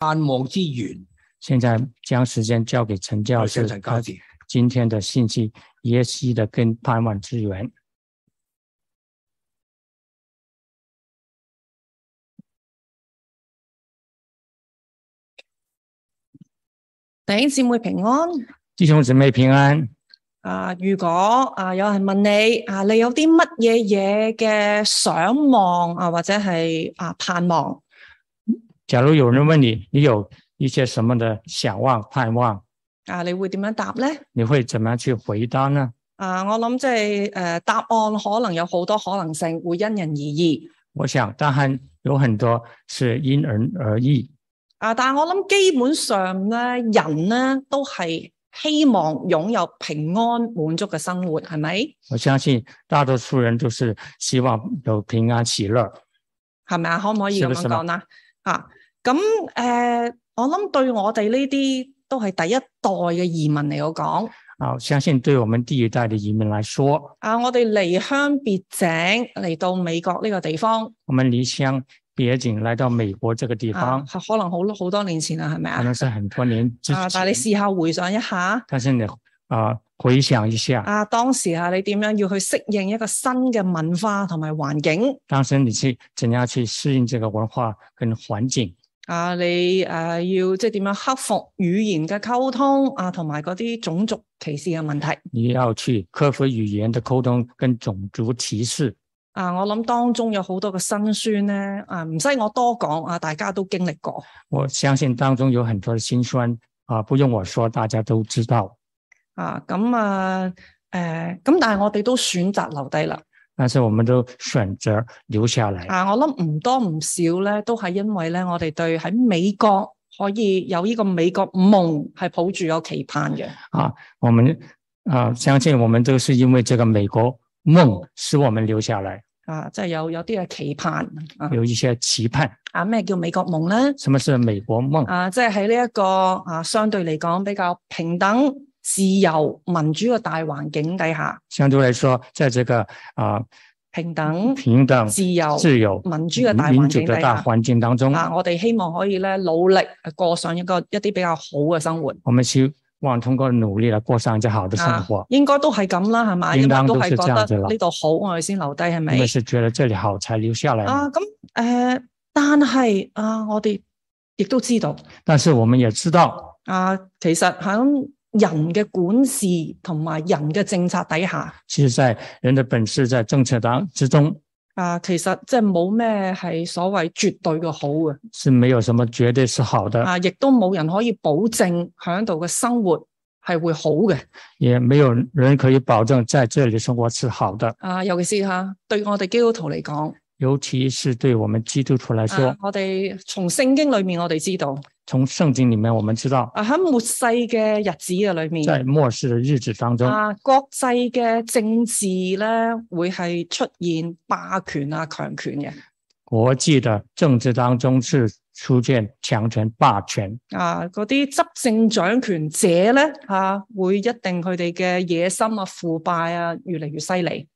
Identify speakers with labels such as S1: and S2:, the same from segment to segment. S1: 盼望之源。
S2: 现在将时间交给陈教
S1: 我
S2: 授
S1: 相，信
S2: 他
S1: 家事。
S2: 今天的信息，耶稣的跟盼望之源。
S3: 弟兄姊妹平安。
S2: 弟兄姊妹平安。
S3: 啊，如果啊有人問你啊，你有啲乜嘢嘢嘅想望啊，或者係啊盼望
S2: 假如有人问你，你有一些什么的想望、盼望，
S3: 啊，你會點樣答咧？
S2: 你会怎么样去回答呢？
S3: 啊，我諗即係诶答案可能有好多可能性，會因人而異。
S2: 我想答案有很多是因人而异，
S3: 啊，但係我諗基本上咧，人咧都係希望擁有平安滿足嘅生活，係咪？
S2: 我相信大多数人都是希望有平安喜乐。
S3: 係咪啊？可唔可以
S2: 是
S3: 咁
S2: 的
S3: 樣
S2: 是的
S3: 講啦？啊，咁诶、呃我諗對我哋呢啲都係第一代嘅移民嚟我講。
S2: 啊，我相信对我们第一代的移民来说，
S3: 啊，我哋離鄉別井嚟到美國呢個地方，
S2: 我们离乡别井来到美国这个地
S3: 啊
S2: 方，，
S3: 可能好好多年前啦，係咪
S2: 可
S3: 啊？
S2: 能是很多年之
S3: 啊，但係你
S2: 前，
S3: 試下回想一下，
S2: 但是你啊，回想一下，
S3: 啊，當時啊，你點樣要去適應一個新嘅文化同埋環境？
S2: 当时你去怎样去适应这个文化跟环境？
S3: 啊，你啊要即係點樣克服語言嘅溝通啊，同埋嗰啲種族歧視嘅問題？
S2: 你要去克服语言的沟通跟种族歧视。
S3: 啊，我諗當中有好多嘅辛酸咧，啊，唔使我多講啊，大家都經歷過。
S2: 我相信当中有很多的辛酸啊，不用我说，大家都知道。
S3: 啊，咁啊，诶，咁但係我哋都選擇留低啦。
S2: 但是我们都选择留下来。
S3: 啊，我諗唔多唔少咧，都係因為咧，我哋對喺美國可以有呢個美國夢係抱住有期盼嘅。
S2: 我们啊，相信我们都是因为这个美国梦使我们留下来，
S3: 啊，即係有有啲嘅期盼啊！
S2: 有一些期盼。
S3: 啊，咩叫美國夢咧？
S2: 什么是美国梦？
S3: 啊，即係喺呢一個啊，相對嚟講比較平等、自由、民主嘅大環境底下，
S2: 相对来说，在这个啊
S3: 平等、
S2: 嗯平等、
S3: 自由、
S2: 自由、
S3: 民主嘅大
S2: 民
S3: 環
S2: 主
S3: 境底
S2: 的大
S3: 下，
S2: 环境当中，
S3: 啊，我哋希望可以咧努力呃過上一個一啲比較好嘅生活。
S2: 我们希望通过努力来过上一个好的生活
S3: 啊。，應該都係咁啦，係嘛？
S2: 應
S3: 因為
S2: 當
S3: 都
S2: 都
S3: 係
S2: 是這樣子
S3: 覺得
S2: 啦
S3: 呢度好，我哋先留低，係
S2: 因
S3: 咪
S2: 为？是觉得这里好才留下来嘛。
S3: 哎啊，咁诶、呃但係啊，我哋亦都知道
S2: 但是我们也知道，
S3: 啊，其實喺人嘅管治同埋人嘅政策底下，
S2: 其实，在人的本事在政策当之中
S3: 啊，其實即係冇咩係所謂絕對嘅好嘅，
S2: 是没有什么绝对是好的，
S3: 啊，亦都冇人可以保證喺度嘅生活係會好嘅，
S2: 也没有人可以保证在这里生活是好的。
S3: 啊，尤其是吓、對我哋基督徒嚟講，
S2: 尤其是对我们基督徒来说
S3: 啊，，我哋從聖經裏面我哋知道，
S2: 从圣经里面我们知道，
S3: 啊喺末世嘅日子嘅裏面。
S2: 在末世的日子当中，
S3: 嗯啊，國際嘅政治咧，會係出現霸權啊、強權嘅。
S2: 国际的政治当中是出现强权霸权，
S3: 啊，嗰啲執政掌權者咧，啊，會一定佢哋嘅野心啊、腐敗啊，越嚟越犀利。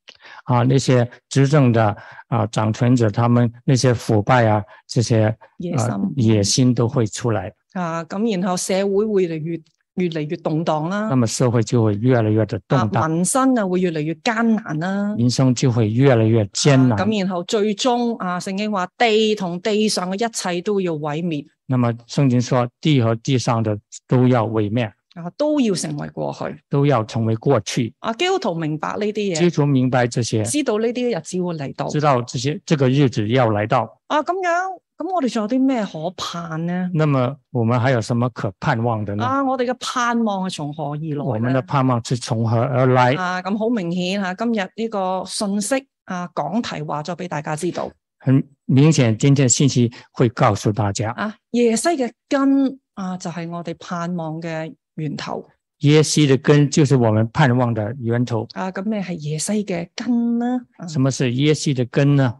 S2: 啊，那些执政的啊掌权者，他们那些腐败啊，这些
S3: 野心
S2: 啊野心都会出來，
S3: 啊，咁然後社會會越嚟越越嚟越動盪啦
S2: 那，么社會就會越來越的動
S3: 嗯啊，
S2: 盪，
S3: 民生啊會越嚟越艱難啦。
S2: 民生就會越來越艱
S3: 啊
S2: 難。
S3: 咁然後最終啊，聖經話地同地上嘅一切都要毀滅
S2: 那麼聖經說，地和地上的都要毀滅，
S3: 啊，都要成為過去。
S2: 都要成為過去。
S3: 啊，基督徒明白呢啲嘢
S2: 基。督明白這些，
S3: 知道呢啲日子會嚟到
S2: 知道這些這個日子要來到。
S3: 啊，咁樣咁我哋仲有啲咩可盼呢？
S2: 那麼我們還有什麼可盼望的呢？
S3: 啊，我哋嘅盼望係從何
S2: 嗯我
S3: 而來
S2: 們的
S3: 呢？
S2: 盼望是從何而來？
S3: 啊，咁好明顯吓、今日呢個信息啊，講題話咗俾大家知道
S2: 很明顯，今天信息會告訴大家，
S3: 啊，耶西嘅根啊，就係我哋盼望嘅源頭
S2: 耶西的根就是我們盼望的源頭。
S3: 啊。咁咩係耶西嘅根呢？啊
S2: 什麼是耶西的根呢？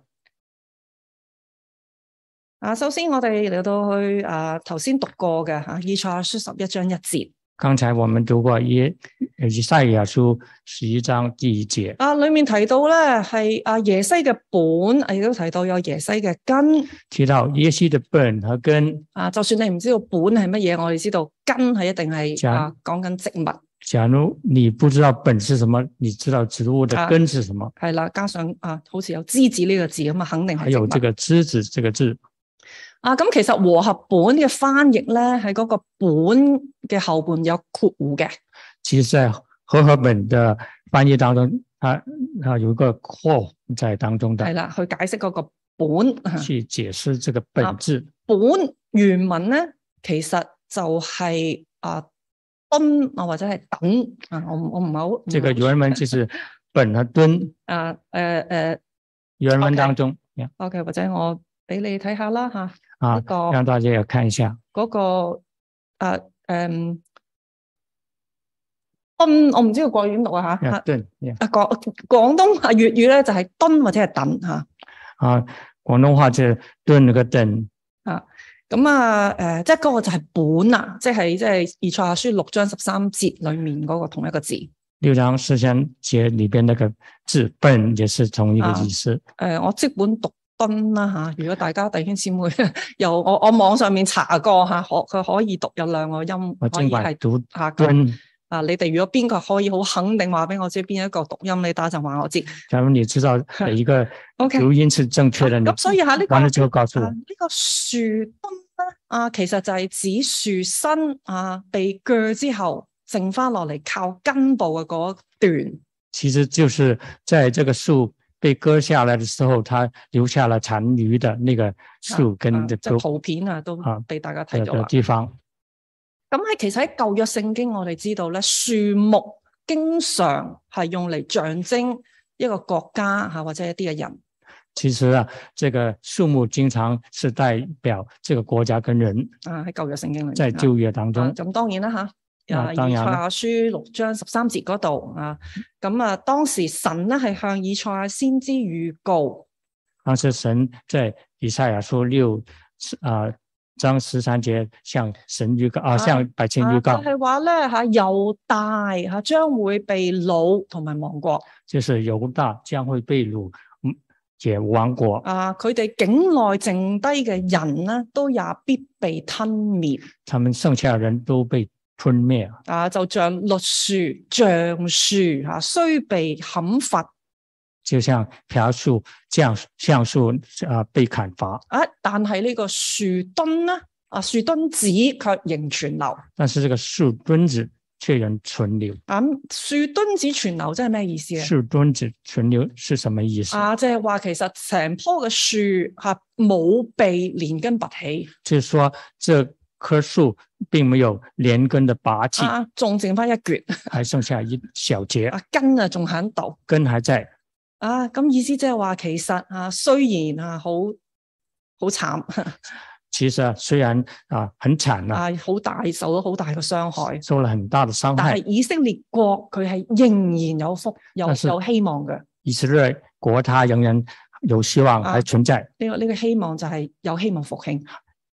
S3: 啊，首先我哋嚟到去啊，頭先讀過嘅吓、啊，以賽亞書十一章一節。
S2: 刚才我们读过耶呃以赛亚书十一章第一节，
S3: 啊，里面提到咧系啊耶西嘅本，啊亦都提到有耶西嘅根。
S2: 提到耶西的本和根。
S3: 啊，就算你唔知道本係乜嘢，我哋知道根係一定係
S2: 就係
S3: 啊講緊植物
S2: 假如你不知道本是什么，你知道植物
S3: 啊
S2: 的根是什么，
S3: 係啦，加上啊好似有枝子呢個字咁啊，肯定
S2: 还
S3: 係植
S2: 有
S3: 物。
S2: 这个枝子这个字。
S3: 啊，咁其實和合本嘅翻譯咧，喺嗰個本嘅後半有括弧嘅。
S2: 其实，在和合本的翻译当中，它它有一个括弧在当中
S3: 係
S2: 的，
S3: 啦，去解釋嗰個本。啊
S2: 去解释这个本质。
S3: 嗯本原文咧，其實就係啊敦啊或者係等啊，我唔我唔係好
S2: 这个
S3: 唔係好
S2: 原文就是本和敦，
S3: 啊誒誒
S2: 原文
S3: OK
S2: 当 中呀
S3: ，OK，或者我俾你睇下啦嚇，
S2: 啊
S3: 呢，個
S2: 让大家也看一下。
S3: 嗰個啊誒敦，我唔知道國語點讀啊嚇
S2: 呀，。敦呀
S3: 啊廣廣東啊粵語咧就係敦或者係等嚇，
S2: 啊，广东话就是敦和等。
S3: 咁啊誒，即係嗰個就係本啊，即係即係以賽亞書六章十三節裡面嗰個同一個字。誒、
S2: 六章四章节里边那个字“本”也是同一个意思。
S3: 呃我即本讀敦啦嚇、如果大家弟兄姊妹 由我我網上面查過嚇，可佢可以讀有兩個音，
S2: 我
S3: 可
S2: 尽
S3: 以
S2: 管
S3: 係
S2: 读
S3: 嚇
S2: “敦”，
S3: 啊！你哋如果邊個可以好肯定話俾我知邊一個讀音，你打陣話我知。
S2: 假如你知道哪一个
S3: OK，
S2: 读音是正确的，你
S3: 咁所以嚇呢個
S2: 完了之后告诉
S3: 啊
S2: 我。
S3: 呢個樹墩咧，啊，其實就係指樹身啊被鋸之後剩翻落嚟靠根部嘅嗰段。啊
S2: 其实就是在这个树被割下来的时候，它留下了残余的那个树
S3: 啊
S2: 根的
S3: 即
S2: 沟
S3: 係圖片啊，都
S2: 啊
S3: 俾大家睇
S2: 的
S3: 咗
S2: 的
S3: 啦。
S2: 地方。
S3: 咁喺其實喺舊約聖經，我哋知道咧，樹木經常係用嚟象徵一個國家嚇、啊或者一啲嘅人。
S2: 其实啊，这个树木经常是代表这个国家跟人，
S3: 啊，喺舊約聖經裏面
S2: 在
S3: 啊
S2: 就业当
S3: 啊
S2: 中，
S3: 咁當然啦嚇。啊，
S2: 啊
S3: 以賽
S2: 當然
S3: 亞
S2: 啦
S3: 書六章十三節嗰度啊，咁啊，當時神咧係向以賽亞先知預告
S2: 当时神在以赛亚书六啊、章十三节向神预告啊，
S3: 啊
S2: 向百姓
S3: 啊，
S2: 预告
S3: 就，係話咧嚇猶大嚇將會被擄同埋亡國
S2: 就是犹大将会被掳，嗯，解亡国。
S3: 啊，佢哋境內剩低嘅人咧都也必被吞滅
S2: 他们剩下的人都被吞灭，
S3: 啊，就像栗樹、橡樹嚇雖被砍伐
S2: 就像朴树、橡橡树啊、被砍伐，
S3: 啊，但係呢個樹墩咧啊樹墩子卻仍存留。
S2: 但是这个树墩子却仍存留。
S3: 咁樹墩子存留即係咩意思啊？
S2: 树墩子存留是什么意思？
S3: 啊，即係話其實成棵嘅樹嚇冇被連根拔起，
S2: 就是说这棵树并没有连根的拔起，
S3: 啊，仲剩翻一橛，
S2: 还剩下一小节
S3: 啊根啊仲喺度，
S2: 根还在。
S3: 啊咁意思即係話其實啊雖然啊好好慘
S2: 其实啊，虽然啊很惨啊，
S3: 啊，好大受到好大嘅傷害，
S2: 受了很大的伤
S3: 但
S2: 害
S3: 係，以色列國佢係仍然有福有
S2: 啊但是
S3: 有希望嘅，
S2: 以色列国它仍然有希望
S3: 啊
S2: 还存在，
S3: 呢、個呢、個希望就係有希望復興。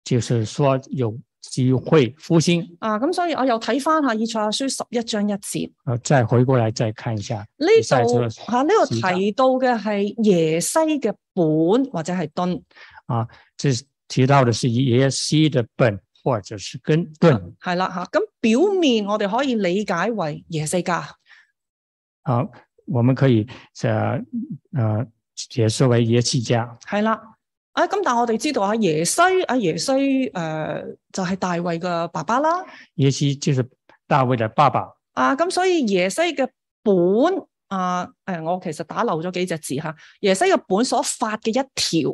S2: 就是说有机会复兴。
S3: 啊，咁所以我又睇翻下以賽亞書十一章一節。
S2: 呃，再回过来再看一下
S3: 呢
S2: 以賽亞書
S3: 度啊吓呢度提到嘅係耶西嘅本或者係敦，
S2: 这提到的是耶西的本或者是根盾
S3: 係啦吓。咁表面我哋可以理解為耶西家
S2: 啊，我们可以呃呃解释为耶西家。
S3: 係啦。啊咁，但係我哋知道啊，耶西啊耶西诶、呃就係大衛嘅爸爸啦。
S2: 耶西就是大卫的爸爸，
S3: 啊咁，所以耶西嘅本啊诶、我其實打漏咗幾隻字吓。耶西嘅本所發嘅一條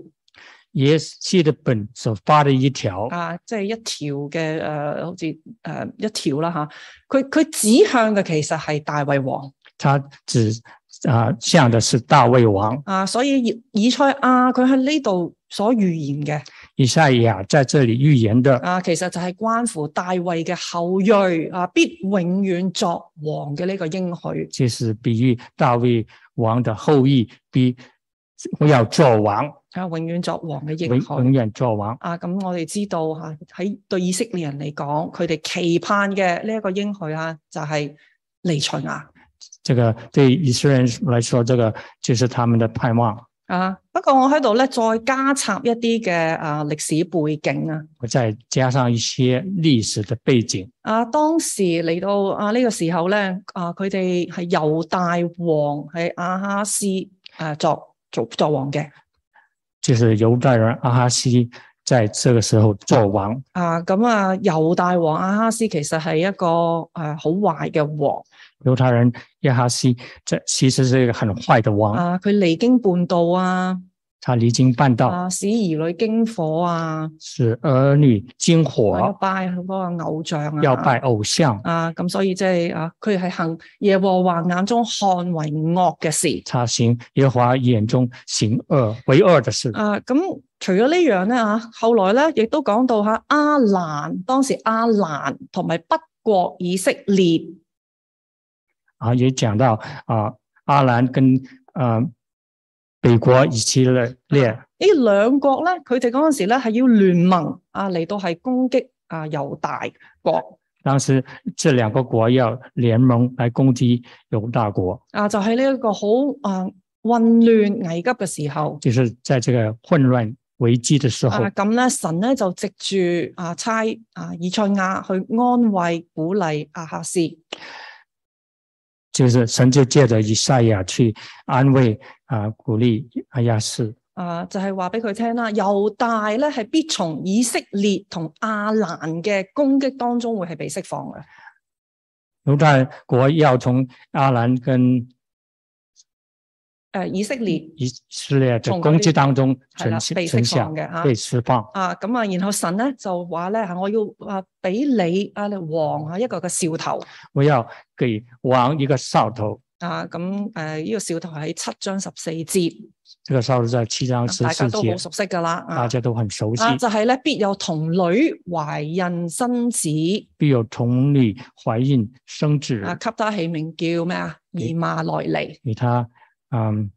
S2: 耶西的本所发的一条，
S3: 啊，即係一條嘅诶，呃好似诶、呃一條啦吓。佢佢指向嘅其實係大衛王。
S2: 他指啊向的是大卫王
S3: 啊，所以以以赛亞佢喺呢度所預言嘅
S2: 以赛亚在这里预言的，
S3: 啊，其實就係關乎大衛嘅後裔啊，必永遠作王嘅呢個應許
S2: 就是比喻大卫王的后裔必要做王，
S3: 啊，永遠作王嘅
S2: 永
S3: 應許
S2: 永远做王。
S3: 啊。咁我哋知道吓啊喺、對以色列人嚟講，佢哋期盼嘅呢一個應許啊，就係、彌賽亞
S2: 这个对以色列人来说，这个就是他们的盼望。
S3: 啊。不過我喺度咧再加插一啲嘅啊歷史背景啊。
S2: 我再加上一些历史的背景，
S3: 啊，當時嚟到啊呢、個時候咧，啊佢哋係猶大王係亞哈斯啊作做作王嘅，
S2: 就是犹太人阿哈西在这个时候做王，
S3: 啊咁啊猶大王亞哈斯其實係一個誒好壞嘅王，
S2: 犹太人亚哈西这其实是一个很坏的王，
S3: 啊佢離經叛道啊，
S2: 他离经叛道，
S3: 啊使兒女經火啊，
S2: 使儿女惊
S3: 啊要
S2: 火，
S3: 拜嗰個偶像啊，
S2: 要拜偶像，
S3: 啊咁所以即係啊佢係行耶和華眼中看為惡嘅事。
S2: 他行耶和华眼中行恶为恶的事。
S3: 啊，咁除咗呢樣咧啊，後來咧亦都講到吓阿蘭，當時阿蘭同埋北國以色列
S2: 啊，也讲到啊，阿兰跟呃北国以色列
S3: 呢兩國咧，佢哋嗰陣時咧係要聯盟啊嚟到係攻擊啊猶大國
S2: 当时这两个国要联盟来攻击犹大国，
S3: 啊，就喺呢一個好啊混亂危急嘅時候
S2: 就是在这个混乱危机的时候，
S3: 啊，咁咧神咧就藉住啊差啊以賽亞去安慰鼓勵阿哈斯。
S2: 就是神就借着以赛亚去安慰啊、鼓励阿亚斯，
S3: 啊，就係話俾佢聽啦，猶大咧係必從以色列同亞蘭嘅攻擊當中會係被釋放嘅。
S2: 犹大国要从阿兰跟
S3: 诶、以色列
S2: 以色列的
S3: 从
S2: 攻击
S3: 这
S2: 当中
S3: 係啦
S2: 存，
S3: 被
S2: 存
S3: 釋
S2: 下
S3: 放嘅吓。
S2: 被释放。
S3: 啊，咁啊，然後神咧就話咧，我要啊俾你啊你王啊一個嘅兆頭
S2: 我要给王一个扫头，
S3: 啊，咁诶呢個兆頭喺七章十四節，
S2: 这个扫头在七章十
S3: 嗯大家
S2: 四
S3: 都
S2: 节
S3: 好，熟悉噶啦
S2: 大
S3: 啊。
S2: 家都很熟悉。
S3: 啊，就係咧必有童女懷孕生子
S2: 必有童女怀孕生子，
S3: 啊，給他起名叫咩啊？以馬內利，
S2: 给他嗯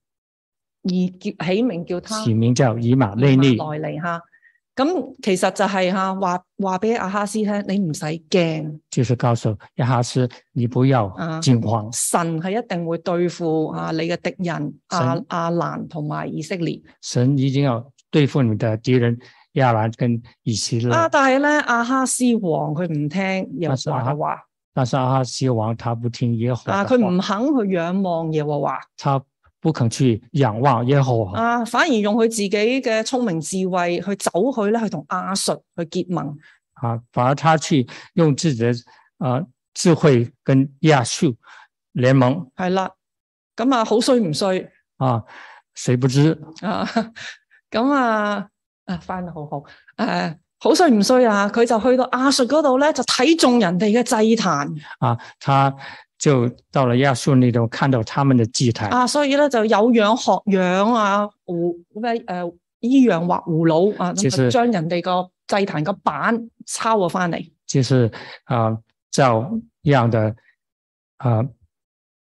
S3: 以叫起名叫他
S2: 起名叫以马内
S3: 以
S2: 利。
S3: 馬內利嚇。咁其實就係嚇話話俾阿哈斯聽，你唔使驚，
S2: 就是告诉亚哈斯，你不要
S3: 啊
S2: 惊慌，
S3: 神係一定會對付啊你嘅敵人阿
S2: 神
S3: 阿蘭同埋以色列
S2: 神一定要对付你的敌人亚兰跟以色列。
S3: 啊。但係咧，阿哈斯王佢唔聽耶和華嘅話
S2: 但是阿哈西王他不听耶和华
S3: 啊，
S2: 的
S3: 佢
S2: 话，
S3: 唔肯去仰望耶和華
S2: 他不肯去仰望耶和华，
S3: 啊，反而用佢自己嘅聰明智慧去走去咧，去同亞述去結盟
S2: 啊，反而他去用自己的呃智慧跟亚述联盟
S3: 係啦。咁啊，好衰唔衰？
S2: 啊，谁不知
S3: 啊， 咁啊，啊翻得好好，诶、好衰唔衰啊？佢就去到阿述嗰度咧，就睇中人哋嘅祭壇
S2: 啊，他就到了亚述那种看到他们的祭坛，
S3: 啊，所以咧就有樣學樣啊，胡咩诶依樣畫葫蘆啊，
S2: 其
S3: 咁
S2: 實
S3: 就將人哋個祭壇個板抄咗翻嚟
S2: 就是啊、呃照样的啊、呃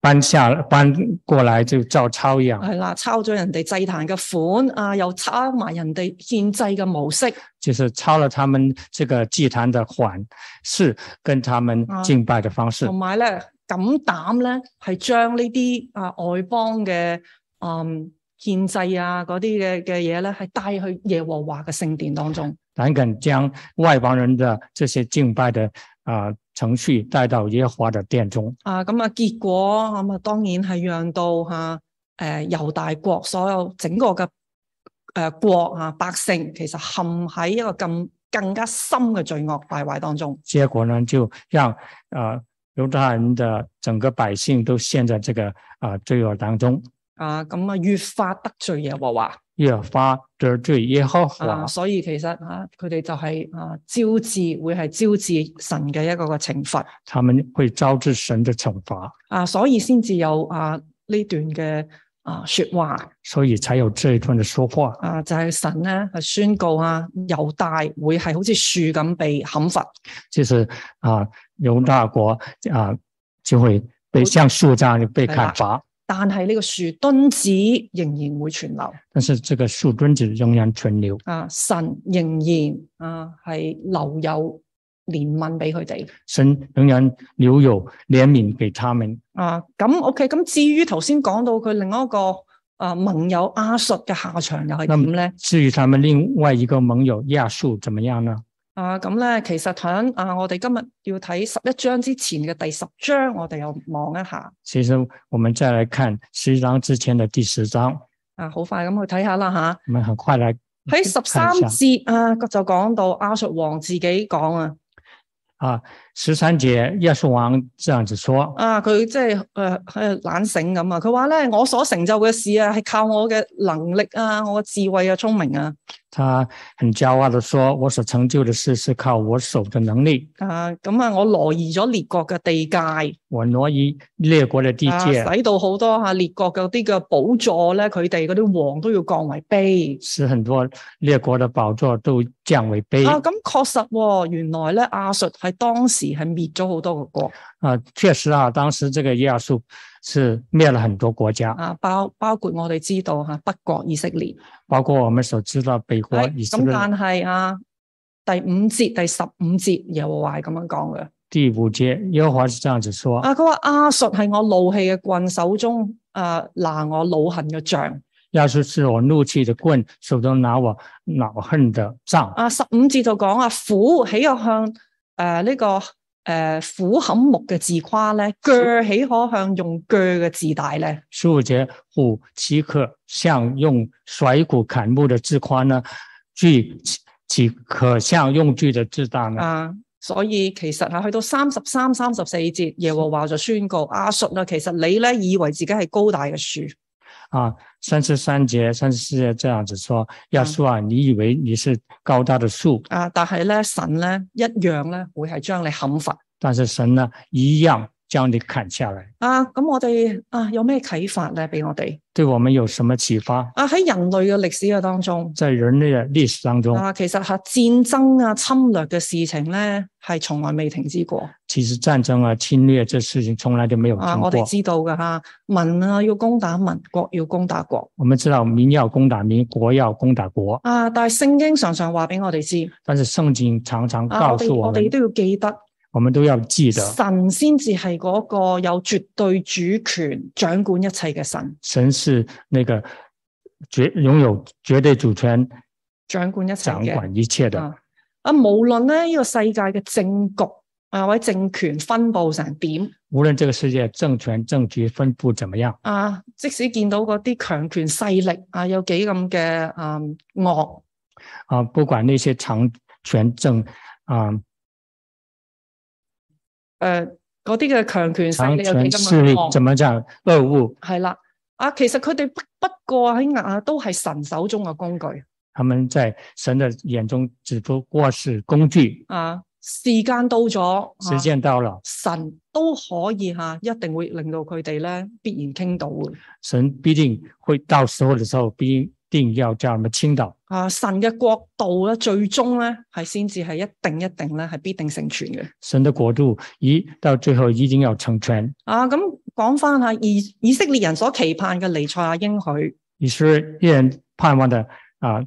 S2: 搬下搬过来就照抄一样，
S3: 係啦，抄咗人哋祭壇嘅款啊，又抄埋人哋獻祭嘅模式
S2: 就是抄了他们这个祭坛的款式跟他们
S3: 啊
S2: 敬拜的方式
S3: 同，埋咧敢膽咧係將呢啲啊外邦嘅嗯獻祭啊嗰啲嘅嘅嘢咧係帶去耶和華嘅聖殿當中
S2: 胆敢将外邦人的这些敬拜的啊、呃程序带到耶和华的殿中，
S3: 啊咁啊結果咁啊當然係讓到嚇誒猶大國所有整個嘅誒、呃、國啊百姓其實陷喺一個咁更加深嘅罪惡敗壞當中
S2: 结果呢就让啊、呃犹太人的整个百姓都陷在这个啊、呃罪恶当中。
S3: 啊咁啊越發得罪耶和華。
S2: 越发得罪耶和华
S3: 啊，，所以其實啊，佢哋就係啊招致會係招致神嘅一個嘅懲罰
S2: 他们会招致神的惩罚，
S3: 啊，所以先至有啊呢段嘅啊説話
S2: 所以才有这一段的说话。
S3: 啊，就係、神咧係宣告啊猶大會係好似樹咁被砍伐
S2: 就是啊，犹大国啊就会被
S3: 好
S2: 像树这样就被砍伐，
S3: 但係呢個樹墩子仍然會存留
S2: 但是这个树墩子仍然存留，
S3: 啊，神仍然啊係留有憐憫俾佢哋
S2: 神仍然留有怜悯给他们。
S3: 啊。咁 OK，咁至於頭先講到佢另一個啊盟友阿述嘅下場又係點咧？
S2: 至于他们另外一个盟友亚述怎么样呢？
S3: 啊，咁咧其實喺啊我哋今日要睇十一章之前嘅第十章，我哋又望一下
S2: 其实我们再来看十章之前的第十章，
S3: 啊，好快咁去睇下啦吓。
S2: 我们很快来
S3: 喺十三
S2: 看一嗯下
S3: 節啊，就講到阿述王自己講啊，
S2: 啊，十三节亚述王这样子说
S3: 啊佢即係诶喺度懶醒咁啊，佢話咧我所成就嘅事啊，係靠我嘅能力啊，我嘅智慧啊、聰明啊，
S2: 他很骄傲的说：“我所成就的事是靠我手的能力，
S3: 啊咁啊，我挪移咗列國嘅地界，
S2: 我挪移列国的地
S3: 啊
S2: 界，
S3: 使到好多吓列國嗰啲嘅寶座咧，佢哋嗰啲王都要降為卑。
S2: 使很多列国的宝座都降为卑。
S3: 啊，咁確實喎，原來咧阿述喺當時係滅咗好多個國
S2: 啊，确实啊，当时这个亚述是灭了很多国家，
S3: 啊，包包括我哋知道啊吓北國以色列。
S2: 包括我们所知道北国
S3: 係
S2: 以色
S3: 哎咁
S2: 列。
S3: 但係啊，第五節、第十五節又和華係咁樣講嘅。
S2: 第五节，耶和华是这样子说：
S3: 啊，佢話阿述係我怒氣嘅棍，手中啊拿我惱恨嘅杖。
S2: 亚述是我怒气的棍，手中拿我恼恨的杖。
S3: 啊，十五節就講啊，虎豈有向诶呢、個个诶虎冚木嘅自夸咧，鋸豈可向用鋸嘅自大咧？
S2: 十五节，虎岂可像用甩骨砍木的自夸呢？锯岂岂可像用锯的自大呢？
S3: 啊，所以其實啊，去到三十三、三十四節，耶和華就宣告阿述啊，其實你咧以為自己係高大嘅樹。
S2: 啊，三十三节、三十四节这样子说：亚述啊，你以为你是高大的树，
S3: 啊，但係咧，神咧一樣咧會係將你砍伐。
S2: 但是神呢，一样将你砍下来。
S3: 啊，咁我哋啊有咩啟發咧？俾我哋
S2: 对我们有什么启发？
S3: 啊喺人類嘅歷史嘅當中
S2: 在人类的历史当中，
S3: 啊，其實吓戰爭啊、侵略嘅事情咧係從來未停止過
S2: 其实战争啊、侵略这事情从来就没有
S3: 啊！
S2: 停
S3: 我哋
S2: 过。
S3: 知道噶吓，民啊要攻打民，國要攻打國
S2: 我们知道民要攻打民，国要攻打国，
S3: 啊！但係聖經常常話俾我哋知
S2: 但是圣经常常
S3: 啊，
S2: 告
S3: 我哋
S2: 诉我
S3: 我
S2: 们
S3: 哋，都要記得
S2: 我们都要记得，
S3: 神先至係嗰個有絕對主權掌管一切嘅神，
S2: 神是那个绝拥有绝对主权、
S3: 掌管一切
S2: 掌
S3: 嘅
S2: 管一切的。
S3: 啊啊！無論咧呢、呢個世界嘅政局啊或者政權分佈成點。
S2: 无论这个世界政权、政局分布怎么样，
S3: 啊，即使見到嗰啲強權勢力啊，有幾咁嘅啊惡
S2: 啊，不管那些强权政啊、
S3: 誒，呃嗰啲嘅強權勢
S2: 强
S3: 力有
S2: 权
S3: 幾咁
S2: 势力
S3: 嘅
S2: 怎
S3: 惡，
S2: 么讲恶物，
S3: 係啦。啊，其實佢哋不不過喺啊都係神手中嘅工具
S2: 他们在神的眼中只不过是工具。
S3: 啊。時間到咗，
S2: 时
S3: 啊
S2: 间到了，
S3: 神都可以嚇、啊一定會令到佢哋咧必然傾倒嘅。
S2: 神必定会到时候的时候必定要叫我们倾倒。
S3: 啊，神嘅國度咧，最終咧係先至係一定一定咧係必定成全嘅。
S2: 神的国度一到最后一定要成全。
S3: 啊，咁講翻下以以色列人所期盼嘅尼賽亞應許。
S2: 以色列人盼望的啊，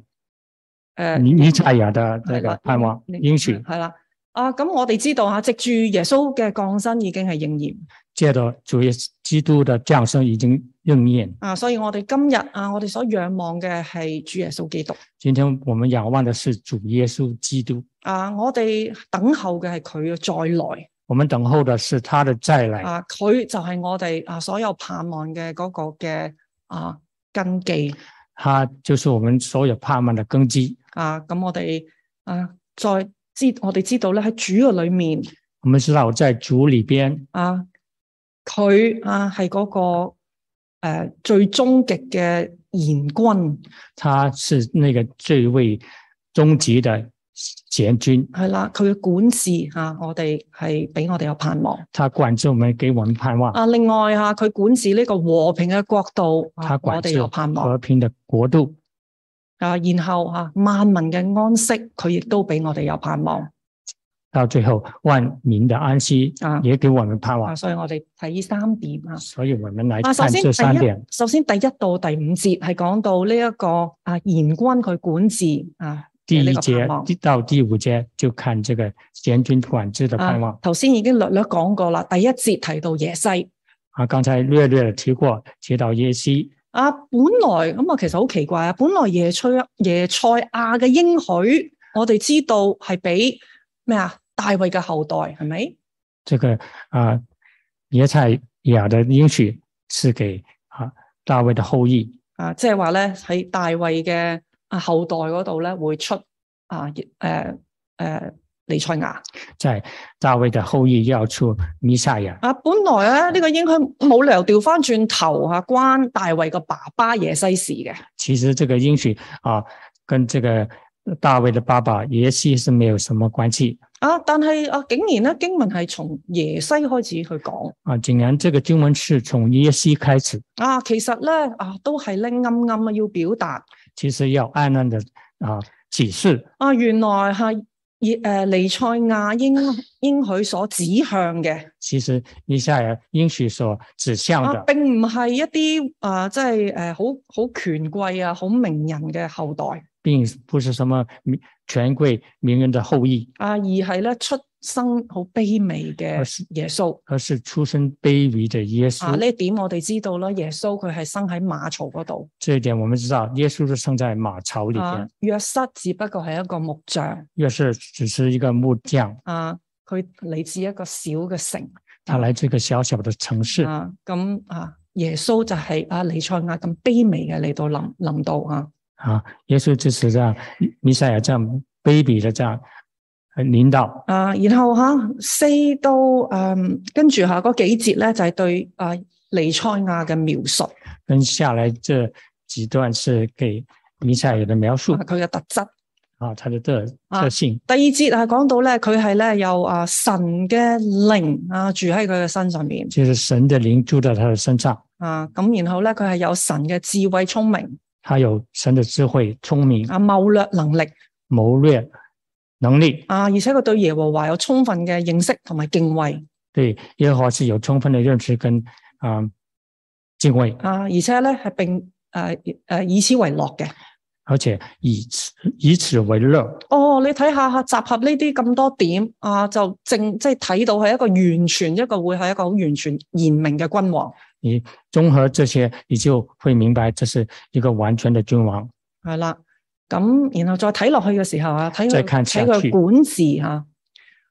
S3: 诶，
S2: 尼尼采亚的
S3: 系
S2: 哎那个
S3: 呃嗯啦
S2: 盼望应许，
S3: 系啦。啊，咁我哋知道吓，藉住耶穌嘅降生已經係應驗
S2: 借着主耶稣基督的降生已经应验。
S3: 啊，所以我哋今日啊，我哋所仰望嘅係主耶穌基督
S2: 今天我们仰望的是主耶稣基督，
S3: 啊，我哋等候嘅係佢嘅再
S2: 我们等候的是他的再来。
S3: 來啊，佢就係我哋啊所有盼望嘅嗰個嘅啊根基
S2: 他就是我们所有盼望的根基。
S3: 啊，咁我哋啊再知我哋知道咧喺主嘅裏面
S2: 我们知道，在主里边，
S3: 啊，佢啊係嗰、個个呃最終極嘅賢君。
S2: 他是那个最为终极的贤君，
S3: 系啦，佢嘅管治吓、啊我哋系俾我哋有盼望。
S2: 他管制我们，给我们盼望。
S3: 啊，另外吓，佢、管治呢個和平嘅國度，啊
S2: 他
S3: 我
S2: 管
S3: 哋
S2: 制
S3: 有盼望。
S2: 和平的国度，
S3: 啊，然後吓、啊、萬民嘅安息，佢亦都俾我哋有盼望。
S2: 到最后万民的安息
S3: 啊
S2: 也给我们盼望
S3: 啊，。所以我哋睇呢三點啊。
S2: 所以我们来
S3: 啊，首
S2: 看
S3: 先
S2: 这三
S3: 第一
S2: 点。，
S3: 首先第一到第五節係講到呢、一個啊，賢君佢管治啊
S2: 第一
S3: 呢
S2: 节
S3: 個盼望
S2: 第到第五节就看这个贤君管制的盼望
S3: 啊，头先已經略略講過啦，第一節提到耶西
S2: 啊。刚才略略地提过，提到耶西
S3: 啊，本來咁啊，其實好奇怪啊，本來耶賽耶賽亞嘅應許，我哋知道係俾咩啊大衛嘅後代係咪？
S2: 这个啊，耶赛亚的应许是给啊大卫的后裔，
S3: 啊，即係話咧喺大衛嘅啊後代嗰度咧會出啊誒誒尼賽亞
S2: 在大卫的后裔要出弥赛亚。
S3: 啊，本來咧呢、個應許冇理由調翻轉頭啊，關大衛個爸爸耶西事嘅。
S2: 其实这个应许啊，跟这个大卫的爸爸耶西是没有什么关系
S3: 啊！但係啊，竟然咧經文係從耶西開始去講
S2: 啊。竟然这个经文是从耶西开始，
S3: 啊，其實咧啊，都係咧暗暗啊要表達
S2: 其实要暗暗的啊启示
S3: 啊，原來係耶誒呃尼賽亞 應應許所指向嘅
S2: 其实以赛亚应许所指向
S3: 啊
S2: 的，
S3: 並唔係一啲啊，即係誒好好權貴啊、好名人嘅後代
S2: 并不是什么名权贵名人的后裔，
S3: 啊，而係咧出生好卑微
S2: 而
S3: 嘅
S2: 是
S3: 耶穌
S2: 而是出身卑微的耶
S3: 啊。
S2: 稣。
S3: 呢一點我哋知道啦，耶穌佢係生喺馬槽嗰度
S2: 这一点我们知道，耶稣是生在马槽里
S3: 啊
S2: 边，，
S3: 約瑟只不過係一個木匠。
S2: 约瑟只是一个木匠，
S3: 啊，佢嚟自一個小嘅城
S2: 他来这个小小的城市，
S3: 啊，咁啊，耶穌就係啊尼賽亞咁卑微嘅嚟到臨臨到啊，
S2: 啊，耶稣支持这样弥赛亚这样卑鄙的这样呃领导，
S3: 啊，然後吓、四到嗯，跟住下嗰幾節咧就係對啊尼賽亞嘅描述，啊
S2: 跟下来这几段是给弥赛亚的描述
S3: 佢嘅特質。
S2: 啊，他的特
S3: 啊
S2: 特性
S3: 第二節啊講到咧佢係咧有啊神嘅靈啊住喺佢嘅身上面
S2: 就是神的灵住在他的身上，
S3: 啊，咁然後咧佢係有神嘅智慧聰明
S2: 他有神的智慧、聪明、
S3: 啊謀略能力
S2: 谋略能力，
S3: 啊，而且佢對耶和華有充分嘅認識同埋敬畏。
S2: 对耶和华是有充分的认识跟啊、敬畏，
S3: 啊，而且咧係並誒誒、呃以此為樂嘅。
S2: 而且以此以此为乐。
S3: 哦，你睇下集合呢啲咁多點啊，就正即係睇到係一個完全一個會係一個好完全賢明嘅君王
S2: 你综合这些，你就会明白这是一个完全的君王。
S3: 係啦。咁然後再睇落去嘅時候啊，睇佢
S2: 再看
S3: 睇
S2: 下
S3: 佢
S2: 去
S3: 管治嚇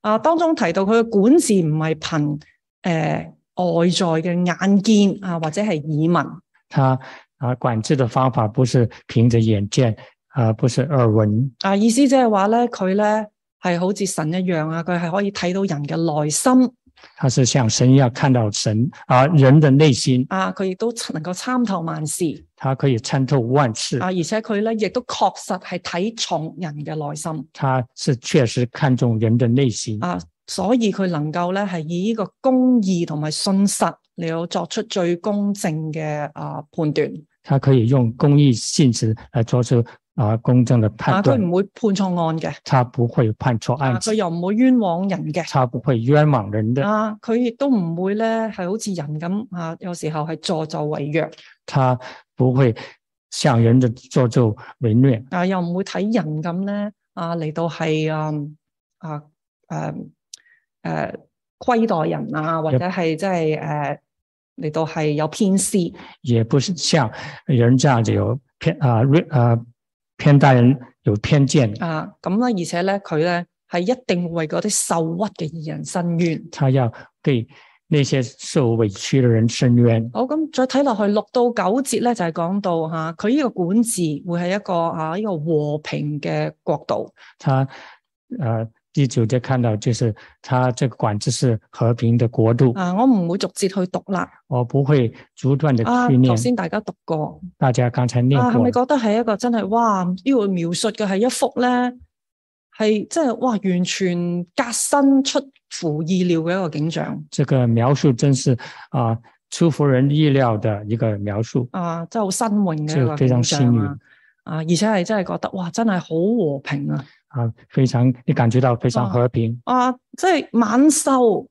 S3: 啊，當中提到佢嘅管治唔係憑誒、呃外在嘅眼見啊，或者係耳聞。
S2: 他啊管制的方法不是凭着眼见啊、不是耳闻，
S3: 啊，意思即係話咧，佢咧係好似神一樣啊，佢係可以睇到人嘅內心。
S2: 他是像神一样看到神啊、人的内心，
S3: 啊，佢亦都能夠參透萬事
S2: 他可以参透万事
S3: 啊，，而且佢咧亦都確實係睇重人嘅內心
S2: 他是确实看重人的内心，
S3: 啊，所以佢能夠咧係以呢個公義同埋信實嚟到作出最公正嘅啊判斷
S2: 他可以用公益性质来做出啊、公正的
S3: 啊，
S2: 判
S3: 佢
S2: 断，
S3: 唔會判錯案嘅，
S2: 他不会判错
S3: 啊，
S2: 案
S3: 佢
S2: 子，
S3: 又唔會冤枉人嘅。
S2: 他不会冤枉人的，
S3: 啊！佢亦都唔會咧，係好似人咁啊，有時候係助紂為虐
S2: 他不会向人的做作为虐。
S3: 啊，又唔會睇人咁咧啊嚟到係啊啊誒誒虧待人啊，或者係即係誒嚟到係有偏私
S2: 也不
S3: 嗯
S2: 是像人这样子有偏啊锐啊偏待人有偏见，
S3: 啊咁咧，而且咧佢咧係一定會為嗰啲受屈嘅義人伸冤。
S2: 他要给那些受委屈的人伸冤。
S3: 好咁，再睇落去六到九節咧，就係、講到嚇佢呢個管治會係一個啊呢、個和平嘅國度
S2: 他呃第九节看到就是他这个管制是和平的国度，
S3: 啊！我唔會逐節去讀啦
S2: 我不会逐段的
S3: 啊
S2: 去，念
S3: 頭。先大家讀過。
S2: 大家刚才念
S3: 啊，係
S2: 过
S3: 咪，覺得係一個真係哇？呢個描述嘅係一幅咧，係真係哇，完全革新出乎意料嘅一個景象
S2: 这个描述真是啊、出乎人意料的一个描述，
S3: 啊！真係好新穎嘅一個
S2: 非
S3: 景
S2: 常
S3: 象
S2: 新
S3: 啊！啊，而且係真係覺得哇，真係好和平啊！
S2: 啊，非常你感觉到非常
S3: 啊
S2: 和平。
S3: 啊，即係猛獸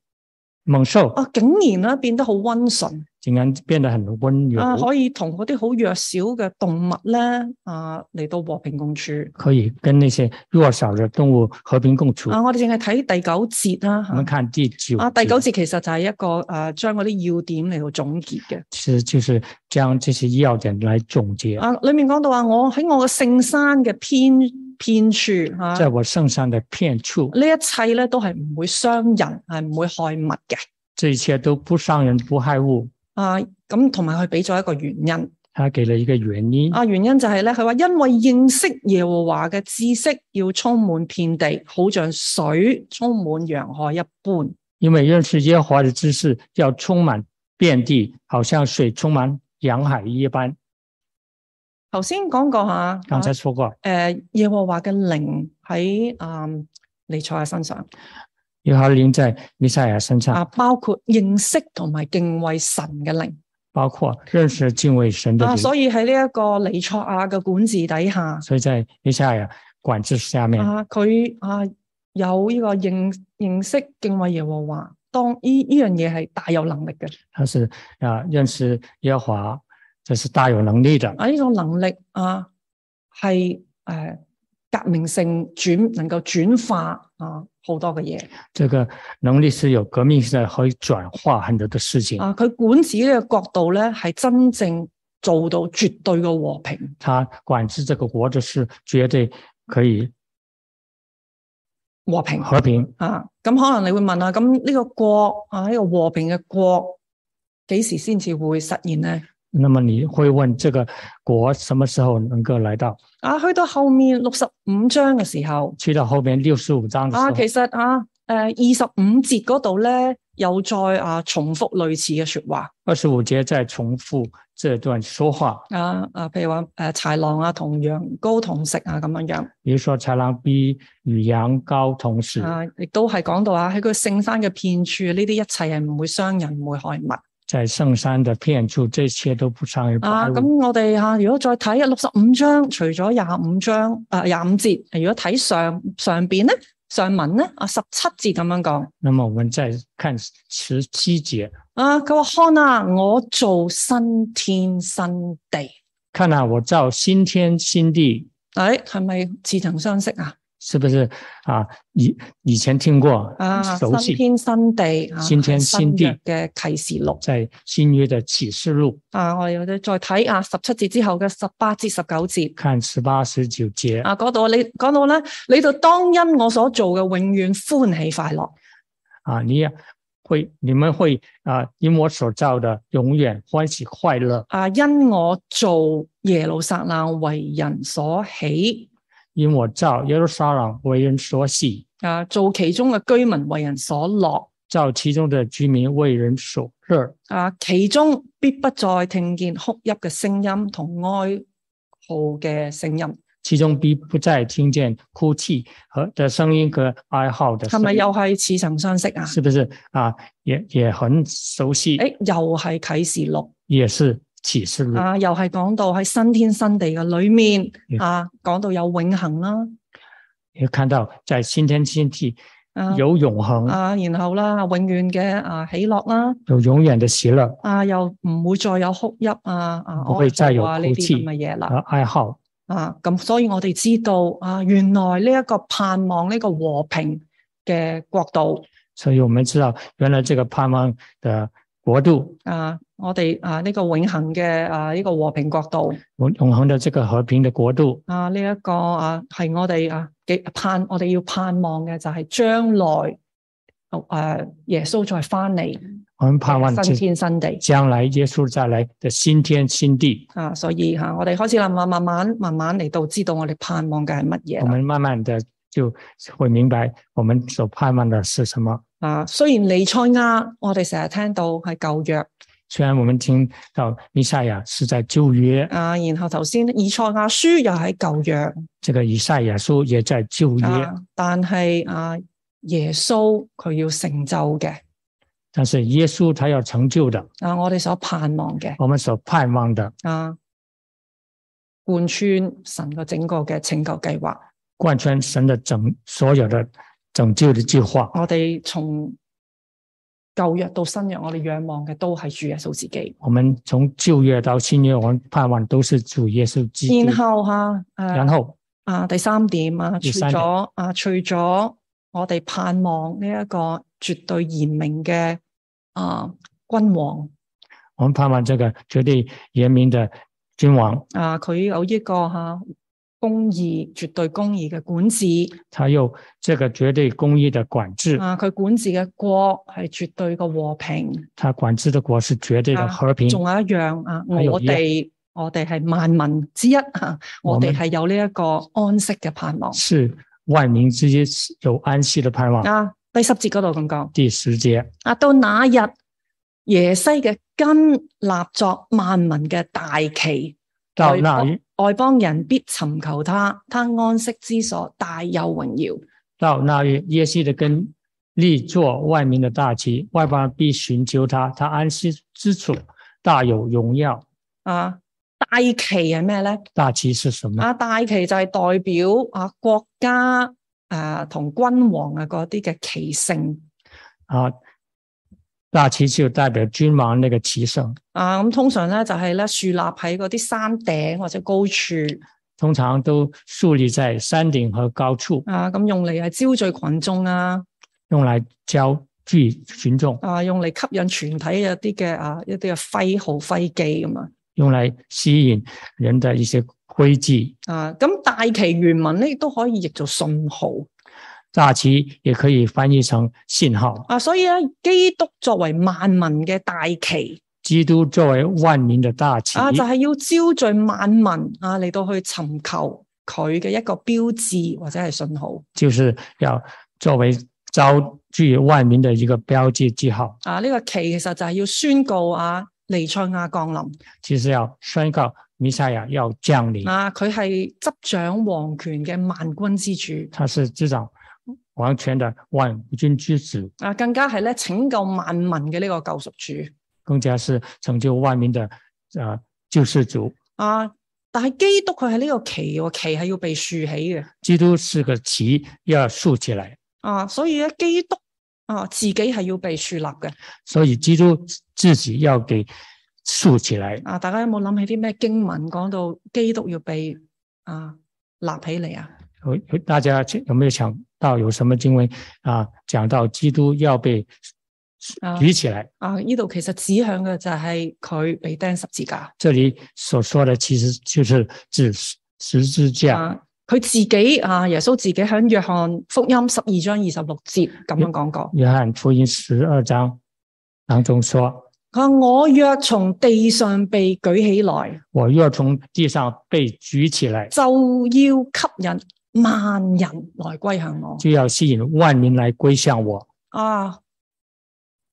S2: 猛兽
S3: 哦啊，竟然咧變得好温順
S2: 竟然变得很温柔，
S3: 啊，可以同嗰啲好弱小嘅動物咧啊嚟到和平共處。
S2: 可以跟那些弱小的动物和平共处。
S3: 啊，我哋淨係睇第九節啦
S2: 我们
S3: 嚇。
S2: 看第九
S3: 啊，第九
S2: 节
S3: 節其實就係一個誒將嗰啲要點嚟到總結嘅。
S2: 其实就是将这些要点来总结，
S3: 啊，裡面講到話，我喺我嘅聖山嘅偏偏處嚇，
S2: 在
S3: 啊
S2: 我圣上的片处，
S3: 呢一切咧都係唔會傷人，係唔會害物嘅。
S2: 这一切都不伤人不害物。
S3: 啊，咁同埋佢俾咗一個原因。
S2: 他给了一个原因，
S3: 啊，原因就係咧，佢話因為認識耶和華嘅知識要充滿遍地，好像水充滿洋海一般。
S2: 因为认识耶和华的知识要充满遍地，好像水充满洋海一般。
S3: 頭先講過吓，
S2: 刚才说过，
S3: 诶、耶和華嘅靈喺啊尼賽亞身上
S2: 耶和华的灵在弥赛亚身上，
S3: 啊，包括認識同埋敬畏神嘅靈
S2: 包括认识敬畏神的
S3: 啊，
S2: 灵。
S3: 所以喺呢一個尼賽亞嘅管治底下
S2: 所以在弥赛亚管制下面，
S3: 啊，佢啊有呢個認认识敬畏耶和華，當呢呢樣嘢係大有能力嘅
S2: 他是啊认识耶和华，这是大有能力的。
S3: 啊，呢、種能力啊係诶、革命性轉能夠轉化啊好多嘅嘢
S2: 这个能力是有革命性的，可以转化很多的事情。
S3: 啊，佢管治呢個角度咧係真正做到絕對嘅和平。
S2: 他管制这个国的是绝对可以
S3: 和平
S2: 和平。
S3: 啊。咁可能你會問啊，咁呢個國啊呢、個和平嘅國幾時先至會實現呢？
S2: 那么你会问这个国什么时候能够来到？
S3: 啊，去到後面六十五章嘅時候
S2: 去到后面六十五章的时候，
S3: 啊，其實啊诶二十五節嗰度咧又再啊重複類似嘅说話
S2: 二十五节再重复这段说话，
S3: 啊啊，譬如話诶豺狼啊同羊羔同食啊咁樣樣
S2: 比如说豺狼逼与羊羔同死，
S3: 啊，亦都係講到啊喺佢聖山嘅片處，呢啲一切係唔會傷人唔會害物。
S2: 在圣山的片处，这些都不伤人不
S3: 啊，
S2: 害
S3: 咁
S2: 物。
S3: 我哋吓、如果再睇啊六十五章，除咗廿五章啊廿五節，如果睇上上边咧上文咧啊十七節咁樣講
S2: 那么我们再看十七节，
S3: 啊，佢話看啊，我做新天新地，
S2: 看啊，我造新天新地，
S3: 诶、係咪似曾相識啊？
S2: 是不是啊？以以前听过
S3: 啊，，
S2: 熟
S3: 新
S2: 悉，
S3: 天新地啊，
S2: 新天新地
S3: 係約嘅啟示錄
S2: 在新约的启示录
S3: 啊，我哋再睇啊十七節之後嘅十八至十九節。
S2: 看十八十九节，
S3: 啊！嗰度你講到咧，你就當因我所做嘅，永遠歡喜快樂。
S2: 啊，你也会你们会啊，因我所造的永远欢喜快乐，
S3: 啊，因我做耶路撒冷为人所喜，
S2: 因我造耶路撒冷为人所喜，
S3: 啊，做其中嘅居民为人所乐，
S2: 造其中的居民为人所乐，
S3: 啊，其中必不再听见哭泣嘅声音同哀號嘅声音，
S2: 其中必不再听见哭泣和的声音和哀嚎的
S3: 系
S2: 声
S3: 咪
S2: 音。
S3: 又系似曾相识啊？
S2: 是不是啊？也也很熟悉，
S3: 诶，又系启示录
S2: 也是启示录，
S3: 啊，又系讲到喺新天新地嘅里面
S2: 嗯
S3: 啊，讲到有永恒啦，
S2: 也看到在新天新地
S3: 啊
S2: 有永恒，
S3: 啊，然后啦，永远嘅啊喜乐啦。
S2: 有永远的喜乐
S3: 啊，又唔會再有哭泣啊啊，
S2: 唔會再有
S3: 哀嚎啊呢
S2: 哭
S3: 啲
S2: 泣
S3: 咁嘅嘢
S2: 和
S3: 啦。
S2: 爱好。
S3: 啊，咁所以我哋知道啊，原來呢一個盼望呢、個和平嘅國度
S2: 所以我们知道，原来这个盼望的国度，
S3: 啊，我哋啊呢、個永恆嘅啊呢、個和平國度
S2: 永永恒的这个和平的国度，
S3: 啊呢一、個啊係我哋啊嘅盼，我哋要盼望嘅就係將來誒、啊耶穌再翻嚟
S2: 我们盼望
S3: 新
S2: 这
S3: 天新地。
S2: 将来耶稣再来的新天新地。
S3: 啊，所以吓、啊我哋開始啦，慢慢慢慢慢嚟到知道我哋盼望嘅係乜嘢
S2: 我
S3: 啦。
S2: 们慢慢的就会明白我们所盼望的是什么。
S3: 啊，雖然尼賽亞我哋成日聽到係舊約
S2: 虽然我们听到弥赛亚是在旧约，
S3: 啊，然後頭先以賽亞書又喺舊約
S2: 这个以赛亚书也在旧约，
S3: 啊，但係啊耶穌佢要成就嘅
S2: 但是耶穌他要成就的，
S3: 啊，我哋所盼望嘅
S2: 我们所盼望的，
S3: 啊，貫穿神個整個嘅拯救計劃，
S2: 贯穿神的整所有的拯救的计划。
S3: 我哋從舊約到新約，我哋仰望嘅都係主耶穌自己。
S2: 我们从旧约到新约，我们盼望都是主耶稣基督
S3: 然。後嚇誒
S2: 然后
S3: 啊，第三點啊，除
S2: 第三點
S3: 咗啊，除咗我哋盼望呢一個絕對嚴明嘅啊君王
S2: 我们盼望这个绝对严明的君王，
S3: 啊，佢有一個嚇、啊公義、絕對公義嘅管治
S2: 他有这个绝对公义的管制，
S3: 啊，佢管治嘅國係絕對嘅和平。
S2: 他管制的国是绝对的和平。
S3: 仲有一樣啊，
S2: 係有
S3: 我哋我哋係萬民之一嚇、啊我哋
S2: 我們
S3: 係有呢一個安息嘅盼望
S2: 是万民之间有安息的盼望。
S3: 啊。第十節嗰度咁講。
S2: 第十节，
S3: 啊，到那日耶西嘅根立作萬民嘅大旗，
S2: 到
S3: 外
S2: 那
S3: 邦
S2: 日
S3: 外邦人必尋求他，他安息之所大有榮耀。
S2: 到那日，耶西的根立作万民的大旗，外邦必寻求他，他安息之处大有荣耀。
S3: 啊，大旗係咩咧？
S2: 大旗是什么？
S3: 啊，大旗就係代表啊國家啊同君王啊嗰啲嘅旗盛。
S2: 啊，大旗就代表君王那个旗盛，
S3: 啊，咁通常咧就係咧樹立喺嗰啲山頂或者高處
S2: 通常都树立在山顶和高处，
S3: 啊，咁用嚟係招聚群眾啊，
S2: 用来教聚群众，
S3: 啊，用嚟吸引全體嘅一啲嘅啊一啲嘅徽號徽記咁啊。
S2: 用来吸引人的一些规矩。
S3: 啊，咁大旗原文咧亦都可以譯做信號
S2: 大旗也可以翻译成信号。
S3: 啊，所以咧基督作為萬民嘅大旗
S2: 基督作为万民的大旗，
S3: 啊，就係、要招聚萬民啊嚟到去尋求佢嘅一個標誌或者係信號
S2: 就是要作为招聚万民的一个标记记号，
S3: 啊，呢、個旗其實就係要宣告啊尼賽亞降臨
S2: 就是要宣告弥赛亚要降临，
S3: 啊，佢係執掌皇權嘅萬軍之主
S2: 他是执掌王权的万军之子，
S3: 啊，更加係咧拯救萬民嘅呢個救贖主
S2: 更加是成就万民的呃救世主。
S3: 啊，但係基督佢係呢個旗喎，旗係要被豎起嘅。
S2: 基督是个旗，要竖起来，
S3: 啊，所以咧基督啊自己係要被樹立嘅。
S2: 所以基督自己要给竖起来。
S3: 啊，大家有冇諗起啲咩經文講到基督要被啊立起嚟啊？
S2: 有有大家有没有想到有什么经文啊？讲到基督要被
S3: 啊
S2: 举起来，
S3: 啊，呢度其實指向嘅就係佢被釘十字架。
S2: 这里所说的其实就是指十十字架。
S3: 啊，佢自己啊，耶穌自己喺約翰福音十二章二十六節咁樣講過。
S2: 约翰福音十二章当中说
S3: 佢話：啊我若從地上被舉起來，：“
S2: 我若从地上被举起来，
S3: 就要吸引萬人來歸向我。
S2: 就要吸引万民来归向我。
S3: 啊，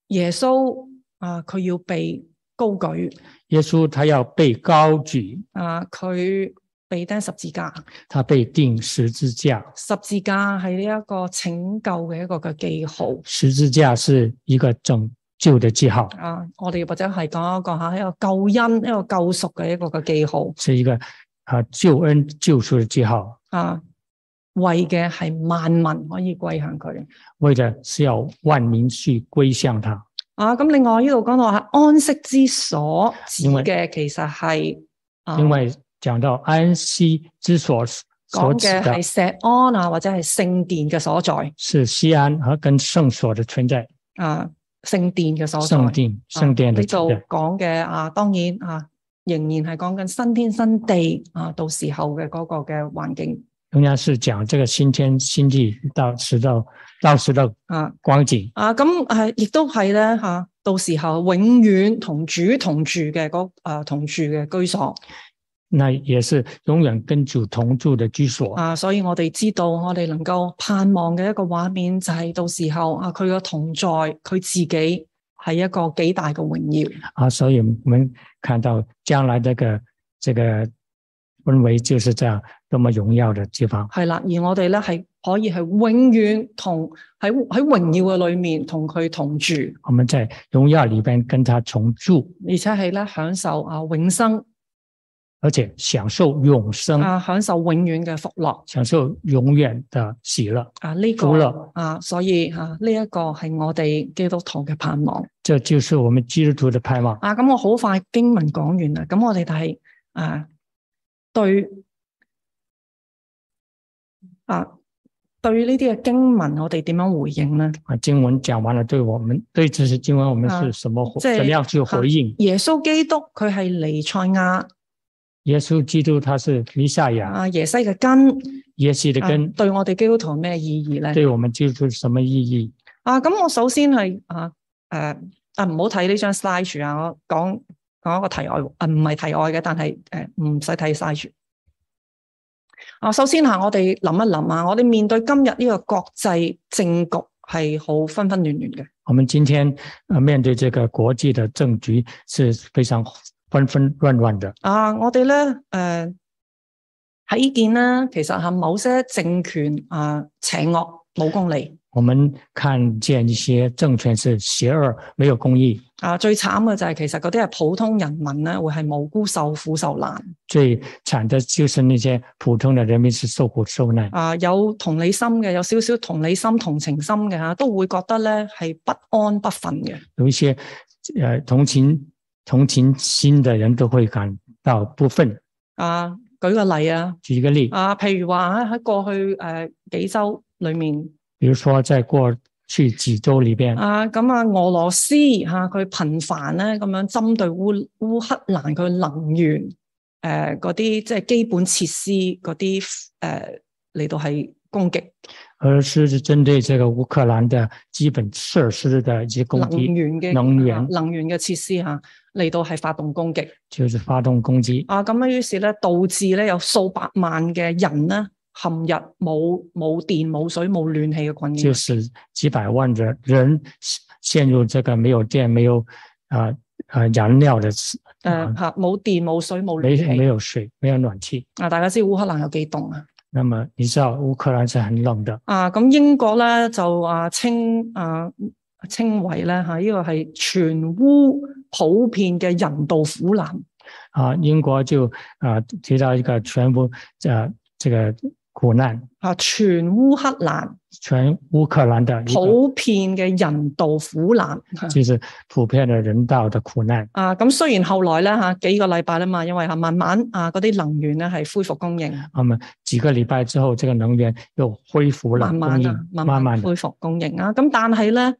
S3: 耶穌啊，佢要被高舉。”
S2: 耶稣他要被高举，
S3: 啊，佢被钉十字架，
S2: 他被钉十字架。
S3: 十字架系呢一个拯救嘅一个嘅记号
S2: 十字架是一个拯救的记号，
S3: 啊！我哋或者系讲一个吓一个救恩、一个救赎嘅一个嘅记号
S2: 是一个啊救恩救赎的记号，
S3: 啊，为嘅系万民可以归向佢
S2: 为的是要万民去归向他。
S3: 啊！咁另外呢度讲到系安息之所指
S2: 因為
S3: 嘅，其实系啊
S2: 因为讲到安息之所所
S3: 讲
S2: 指的
S3: 嘅系石安啊，或者系圣殿嘅所在
S2: 是西安和跟圣所的存在，
S3: 啊，圣殿嘅所在。
S2: 圣殿、圣殿
S3: 啊
S2: 的
S3: 呢度
S2: 存在，
S3: 講嘅啊，當然啊，仍然係講緊新天新地啊，到時候嘅嗰個嘅環境
S2: 仍然是讲这个新天新地到时到到时的
S3: 啊
S2: 光景，
S3: 啊，咁啊，亦都係咧吓，到時候永遠同主同住嘅嗰啊同住嘅居所
S2: 那也是永远跟主同住的居所。
S3: 啊，所以我哋知道我哋能夠盼望嘅一個畫面就係到時候啊，佢嘅同在，佢自己係一個幾大嘅榮耀。
S2: 啊，所以我们看到将来这个这个氛围就是这样多么荣耀的地方。
S3: 系啦，而我哋咧係可以係永遠同喺喺榮耀嘅裏面同佢同住，
S2: 我们在荣耀里边跟他同住，
S3: 而且係咧享受啊永生
S2: 而且享受永生，
S3: 啊，享受永遠嘅福樂
S2: 享受永遠的喜樂。
S3: 啊，呢、個
S2: 福樂
S3: 啊，所以啊，呢、一個係我哋基督徒嘅盼望
S2: 这就是我們基督徒的盼望。
S3: 啊。咁我好快經文講完啦，咁我哋但係啊，對啊對呢啲嘅經文，我哋點樣回應呢？
S2: 啊，經文講完了，對我們對這些經文，我們
S3: 啊
S2: 是什麼回、
S3: 即係
S2: 怎麼樣去回應？
S3: 耶穌基督佢係尼賽亞
S2: 耶穌基督他是弥赛亞，
S3: 啊耶西嘅根，
S2: 耶西的
S3: 啊
S2: 根，
S3: 對我哋基督徒有咩意義咧？
S2: 對我們基督徒是什麼意義？
S3: 啊，咁我首先係啊诶啊，唔好睇呢張 slide 住啊，我講講一個題外啊，唔係題外嘅，但係诶唔使睇 slide 住。啊，首先吓，我哋諗一諗啊，我哋面對今日呢個國際政局係好紛紛亂亂嘅。
S2: 我們今天呃面對這個國際的政局是非常紛紛亂亂的。
S3: 啊，我哋呃咧诶睇見咧，其實係某些政權啊邪惡冇公理
S2: 我們看見一些政權是邪惡、沒有公義，
S3: 啊，最慘嘅就係其實嗰啲係普通人民咧，會係無辜受苦受難。
S2: 最慘的就是那些普通的人民是受苦受難。
S3: 啊有同理心嘅，有少少同理心、同情心嘅吓，都會覺得咧係不安不忿嘅。
S2: 有一些呃同情同情心的人都會感到不忿。
S3: 啊，舉個例啊，
S2: 举一个例，
S3: 啊，譬如話喺過去诶、呃、几周里面
S2: 比如說在過去幾周裏邊，
S3: 啊，咁啊俄羅斯吓佢、頻繁咧咁樣針對烏乌克蘭佢能源诶嗰啲即係基本設施嗰啲诶嚟到係攻擊
S2: 而是針對這個烏克蘭的基本設施的一些攻
S3: 能
S2: 擊，
S3: 源嘅
S2: 能源
S3: 啊能源嘅設施吓嚟到係發動攻擊。
S2: 就是發動攻擊，
S3: 啊，咁於是咧導致咧有數百萬嘅人咧陷入冇冇電、冇水、冇暖氣嘅困
S2: 就
S3: 擾。
S2: 使幾百萬的人陷入這個沒有電、沒有啊啊、呃燃料的，啊
S3: 呃誒嚇冇電、冇水、冇暖
S2: 沒沒
S3: 氣。
S2: 有水、沒有暖氣。
S3: 啊，大家知烏克蘭有幾凍啊？
S2: 那麼你知道烏克蘭是很冷的，
S3: 啊，咁英國咧就啊稱啊稱為咧嚇呢個係全烏普遍嘅人道苦難。
S2: 啊，英國就啊、提到一個全部呃這個苦難，
S3: 啊！全烏克蘭
S2: 全烏克蘭的一個
S3: 普遍嘅人道苦難
S2: 就是普遍的人道的苦難。
S3: 啊！咁雖然後來咧嚇、幾個禮拜啦嘛，因為嚇慢慢啊嗰啲能源咧係恢復供應，
S2: 那么幾個禮拜之後，這個能源又恢復了
S3: 慢
S2: 供
S3: 慢
S2: 應
S3: 啊，，
S2: 慢
S3: 慢
S2: 慢
S3: 慢
S2: 的。
S3: 恢復供應啊。咁但係咧，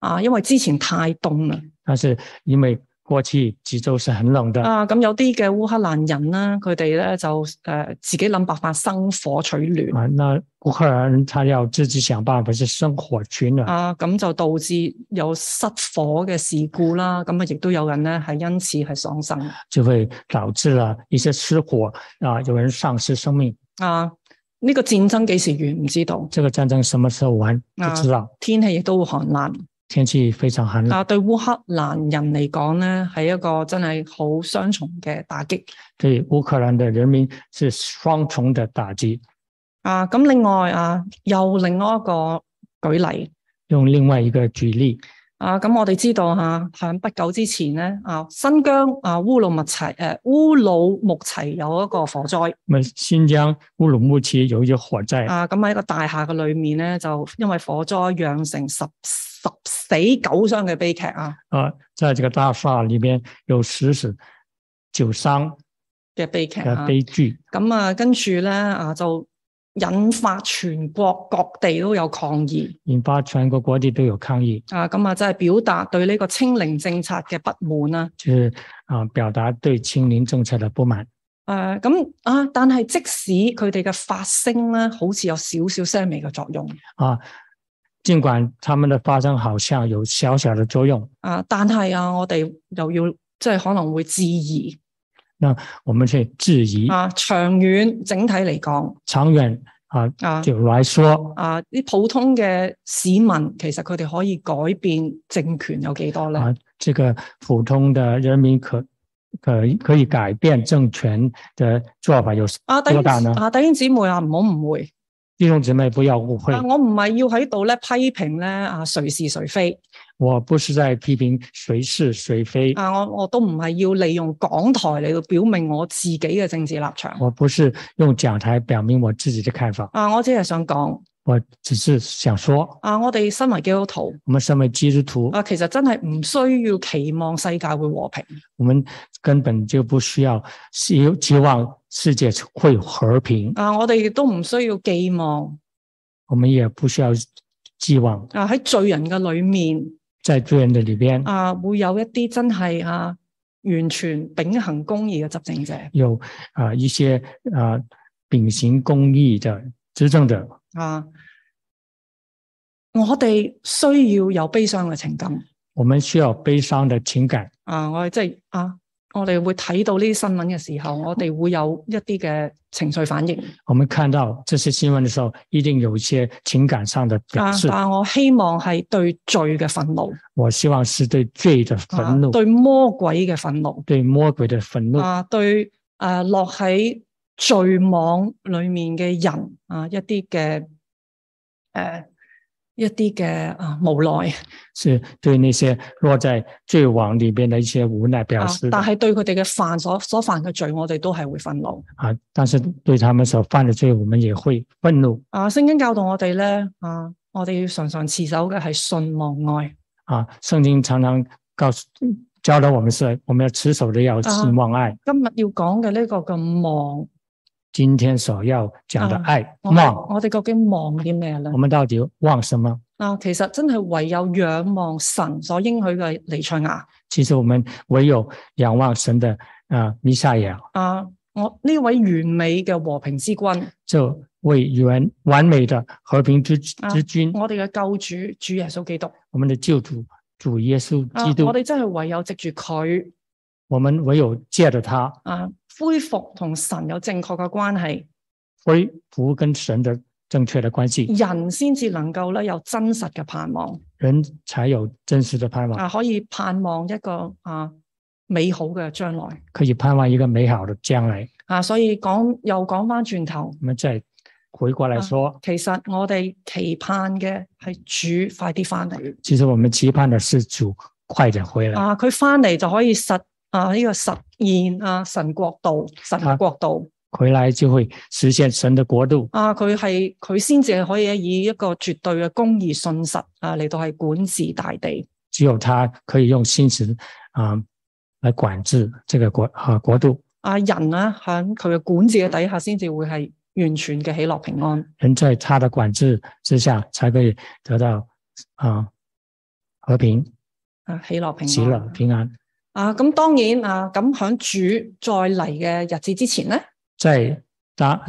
S3: 啊，因為之前太凍啦，
S2: 但是因為過去幾周是很冷的，
S3: 啊，咁有啲嘅烏克蘭人啦，佢哋咧就诶、呃自己諗辦法生火取暖
S2: 啊，那烏克蘭人他要自己想辦法是生火取暖，
S3: 啊，咁就導致有失火嘅事故啦。咁啊，亦都有人咧係因此係喪生
S2: 就會導致了一些失火啊，有人喪失生命。
S3: 啊。呢、個戰爭幾時完唔知道，
S2: 這個戰爭什麼時候完不
S3: 啊
S2: 知道，
S3: 天氣亦都會寒冷
S2: 天氣非常寒冷，
S3: 啊。對烏克蘭人嚟講咧，係一個真係好雙重嘅打擊。
S2: 對烏克蘭的人民是雙重的打擊。
S3: 啊，咁另外啊，又另外一個舉例
S2: 用另外一個舉例，
S3: 啊，咁我哋知道吓，響不久之前咧啊，新疆啊烏魯木齊誒烏魯木齊有一個火災
S2: 那麼新疆烏魯木齊有一個火災，
S3: 啊，咁喺一個大廈嘅裏面咧，就因為火災釀成十十死九傷嘅悲劇啊
S2: 啊，在這個大廈裡面有十死九傷
S3: 嘅悲劇
S2: 的
S3: 啊，
S2: 呃悲劇，
S3: 咁啊跟住咧啊就引發全國各地都有抗議
S2: 引發全國各地都有抗議，
S3: 啊，咁啊真係表達對呢個清零政策嘅不滿啦、
S2: 就是啊表達對清零政策的不滿。
S3: 誒咁啊！但係即使佢哋嘅發聲咧，好似有少少些微嘅作用
S2: 啊，儘管他們的發生好像有小小的作用，
S3: 啊，但係啊，我哋又要即係可能會質疑
S2: 我們去質疑。
S3: 啊，長遠整體嚟講
S2: 長遠啊
S3: 啊
S2: 就來說，
S3: 啊，啲普通嘅市民其實佢哋可以改變政權有幾多咧？
S2: 啊這個普通的人民可可以可以改變政權的做法有
S3: 啊，弟兄
S2: 多大呢
S3: 啊，弟兄姊妹啊，唔好誤會
S2: 弟兄姊妹不要誤會
S3: 啊啊，我唔係要喺度咧批評咧啊，誰是誰非
S2: 我不是在批评谁是谁非，
S3: 啊，我我都唔係要利用港台嚟到表明我自己嘅政治立場。
S2: 我不是用讲台表明我自己的看法，
S3: 啊，我只係想講，
S2: 我只是想说，
S3: 啊，我哋身為基督徒，
S2: 我们身为基督徒，
S3: 啊，其實真係唔需要期望世界會和平。
S2: 我们根本就不需要希期望世界会和平，
S3: 啊，我哋亦都唔需要寄望。
S2: 我们也不需要寄望
S3: 啊，喺罪人嘅裏面，
S2: 在罪人的里边
S3: 啊，會有一啲真係啊，完全秉行公義嘅執政者。
S2: 有啊、呃一些啊、呃秉行公义的执政者，
S3: 啊，我哋需要有悲傷嘅情感。
S2: 我们需要悲伤的情感。
S3: 啊，我哋即係啊，我哋會睇到呢啲新聞嘅時候，我哋會有一啲嘅情緒反應。
S2: 我们看到这些新闻的时候，一定有一些情感上的表
S3: 啊，
S2: 示。
S3: 但我希望係對罪嘅憤怒，
S2: 我希望是对罪的愤怒，
S3: 啊，對魔鬼嘅憤怒，
S2: 对魔鬼的愤怒，
S3: 啊，對啊落喺罪網裡面嘅人啊，一啲嘅诶一啲嘅啊無奈
S2: 是对那些落在罪网里边的一些无奈表
S3: 啊
S2: 示，的
S3: 但係對佢哋嘅犯所所犯嘅罪，我哋都係會憤怒。
S2: 啊。但是对他们所犯的罪，我们也会愤怒
S3: 啊，聖經教導我哋咧啊，我哋要常常持守嘅係信望愛。
S2: 啊。圣经常常告诉教导我们是，我们要持守的
S3: 啊
S2: 要信望爱。
S3: 今日要講嘅呢個嘅望，
S2: 今天所要讲的
S3: 啊
S2: 爱
S3: 我哋
S2: 望，
S3: 我哋究竟望啲咩咧
S2: 我？们到底望什么？
S3: 啊，其實真係唯有仰望神所應許嘅彌賽亞。
S2: 其实我们唯有仰望神的啊、呃弥赛亚，
S3: 啊，我呢位完美嘅和平之君，我
S2: 这位完完美的和平之
S3: 啊
S2: 之君，
S3: 哋嘅救主主耶穌基督。
S2: 我们的救主主耶稣
S3: 啊，
S2: 基督
S3: 我，哋真係唯有藉住佢
S2: 我们唯有借着他
S3: 啊，恢復同神有正確嘅關係，
S2: 恢复跟神的正确的关系，
S3: 人先至能夠咧有真實嘅盼望
S2: 人才有真实的盼望，
S3: 啊，可以盼望一個啊美好嘅將來。
S2: 可以盼望一个美好的将来。
S3: 啊，所以講又講翻轉頭，
S2: 我们再回
S3: 啊
S2: 过来说，
S3: 其實我哋期盼嘅係主快啲翻嚟
S2: 其实我们期盼的是主快点回来，
S3: 啊！佢翻嚟就可以實啊呢、個實現啊神國度、神
S2: 啊
S3: 國度
S2: 回来就会实现神的国度，
S3: 啊！佢係佢先至係可以以一個絕對嘅公義信實啊嚟到係管治大地
S2: 只有他可以用心神啊、来管制这个国啊、国度。
S3: 啊！人咧喺佢嘅管治嘅底下，先至會係完全嘅喜樂平安
S2: 人在他的管制之下，才可以得到啊、和平、
S3: 啊！喜樂平
S2: 喜乐、
S3: 安
S2: 平安。
S3: 啊！咁當然啊，咁喺主再嚟嘅日子之前咧。
S2: 在他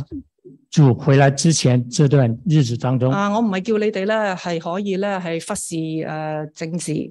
S2: 主回来之前这段日子当中，
S3: 啊，我唔係叫你哋咧，係可以咧，係忽視诶、呃政治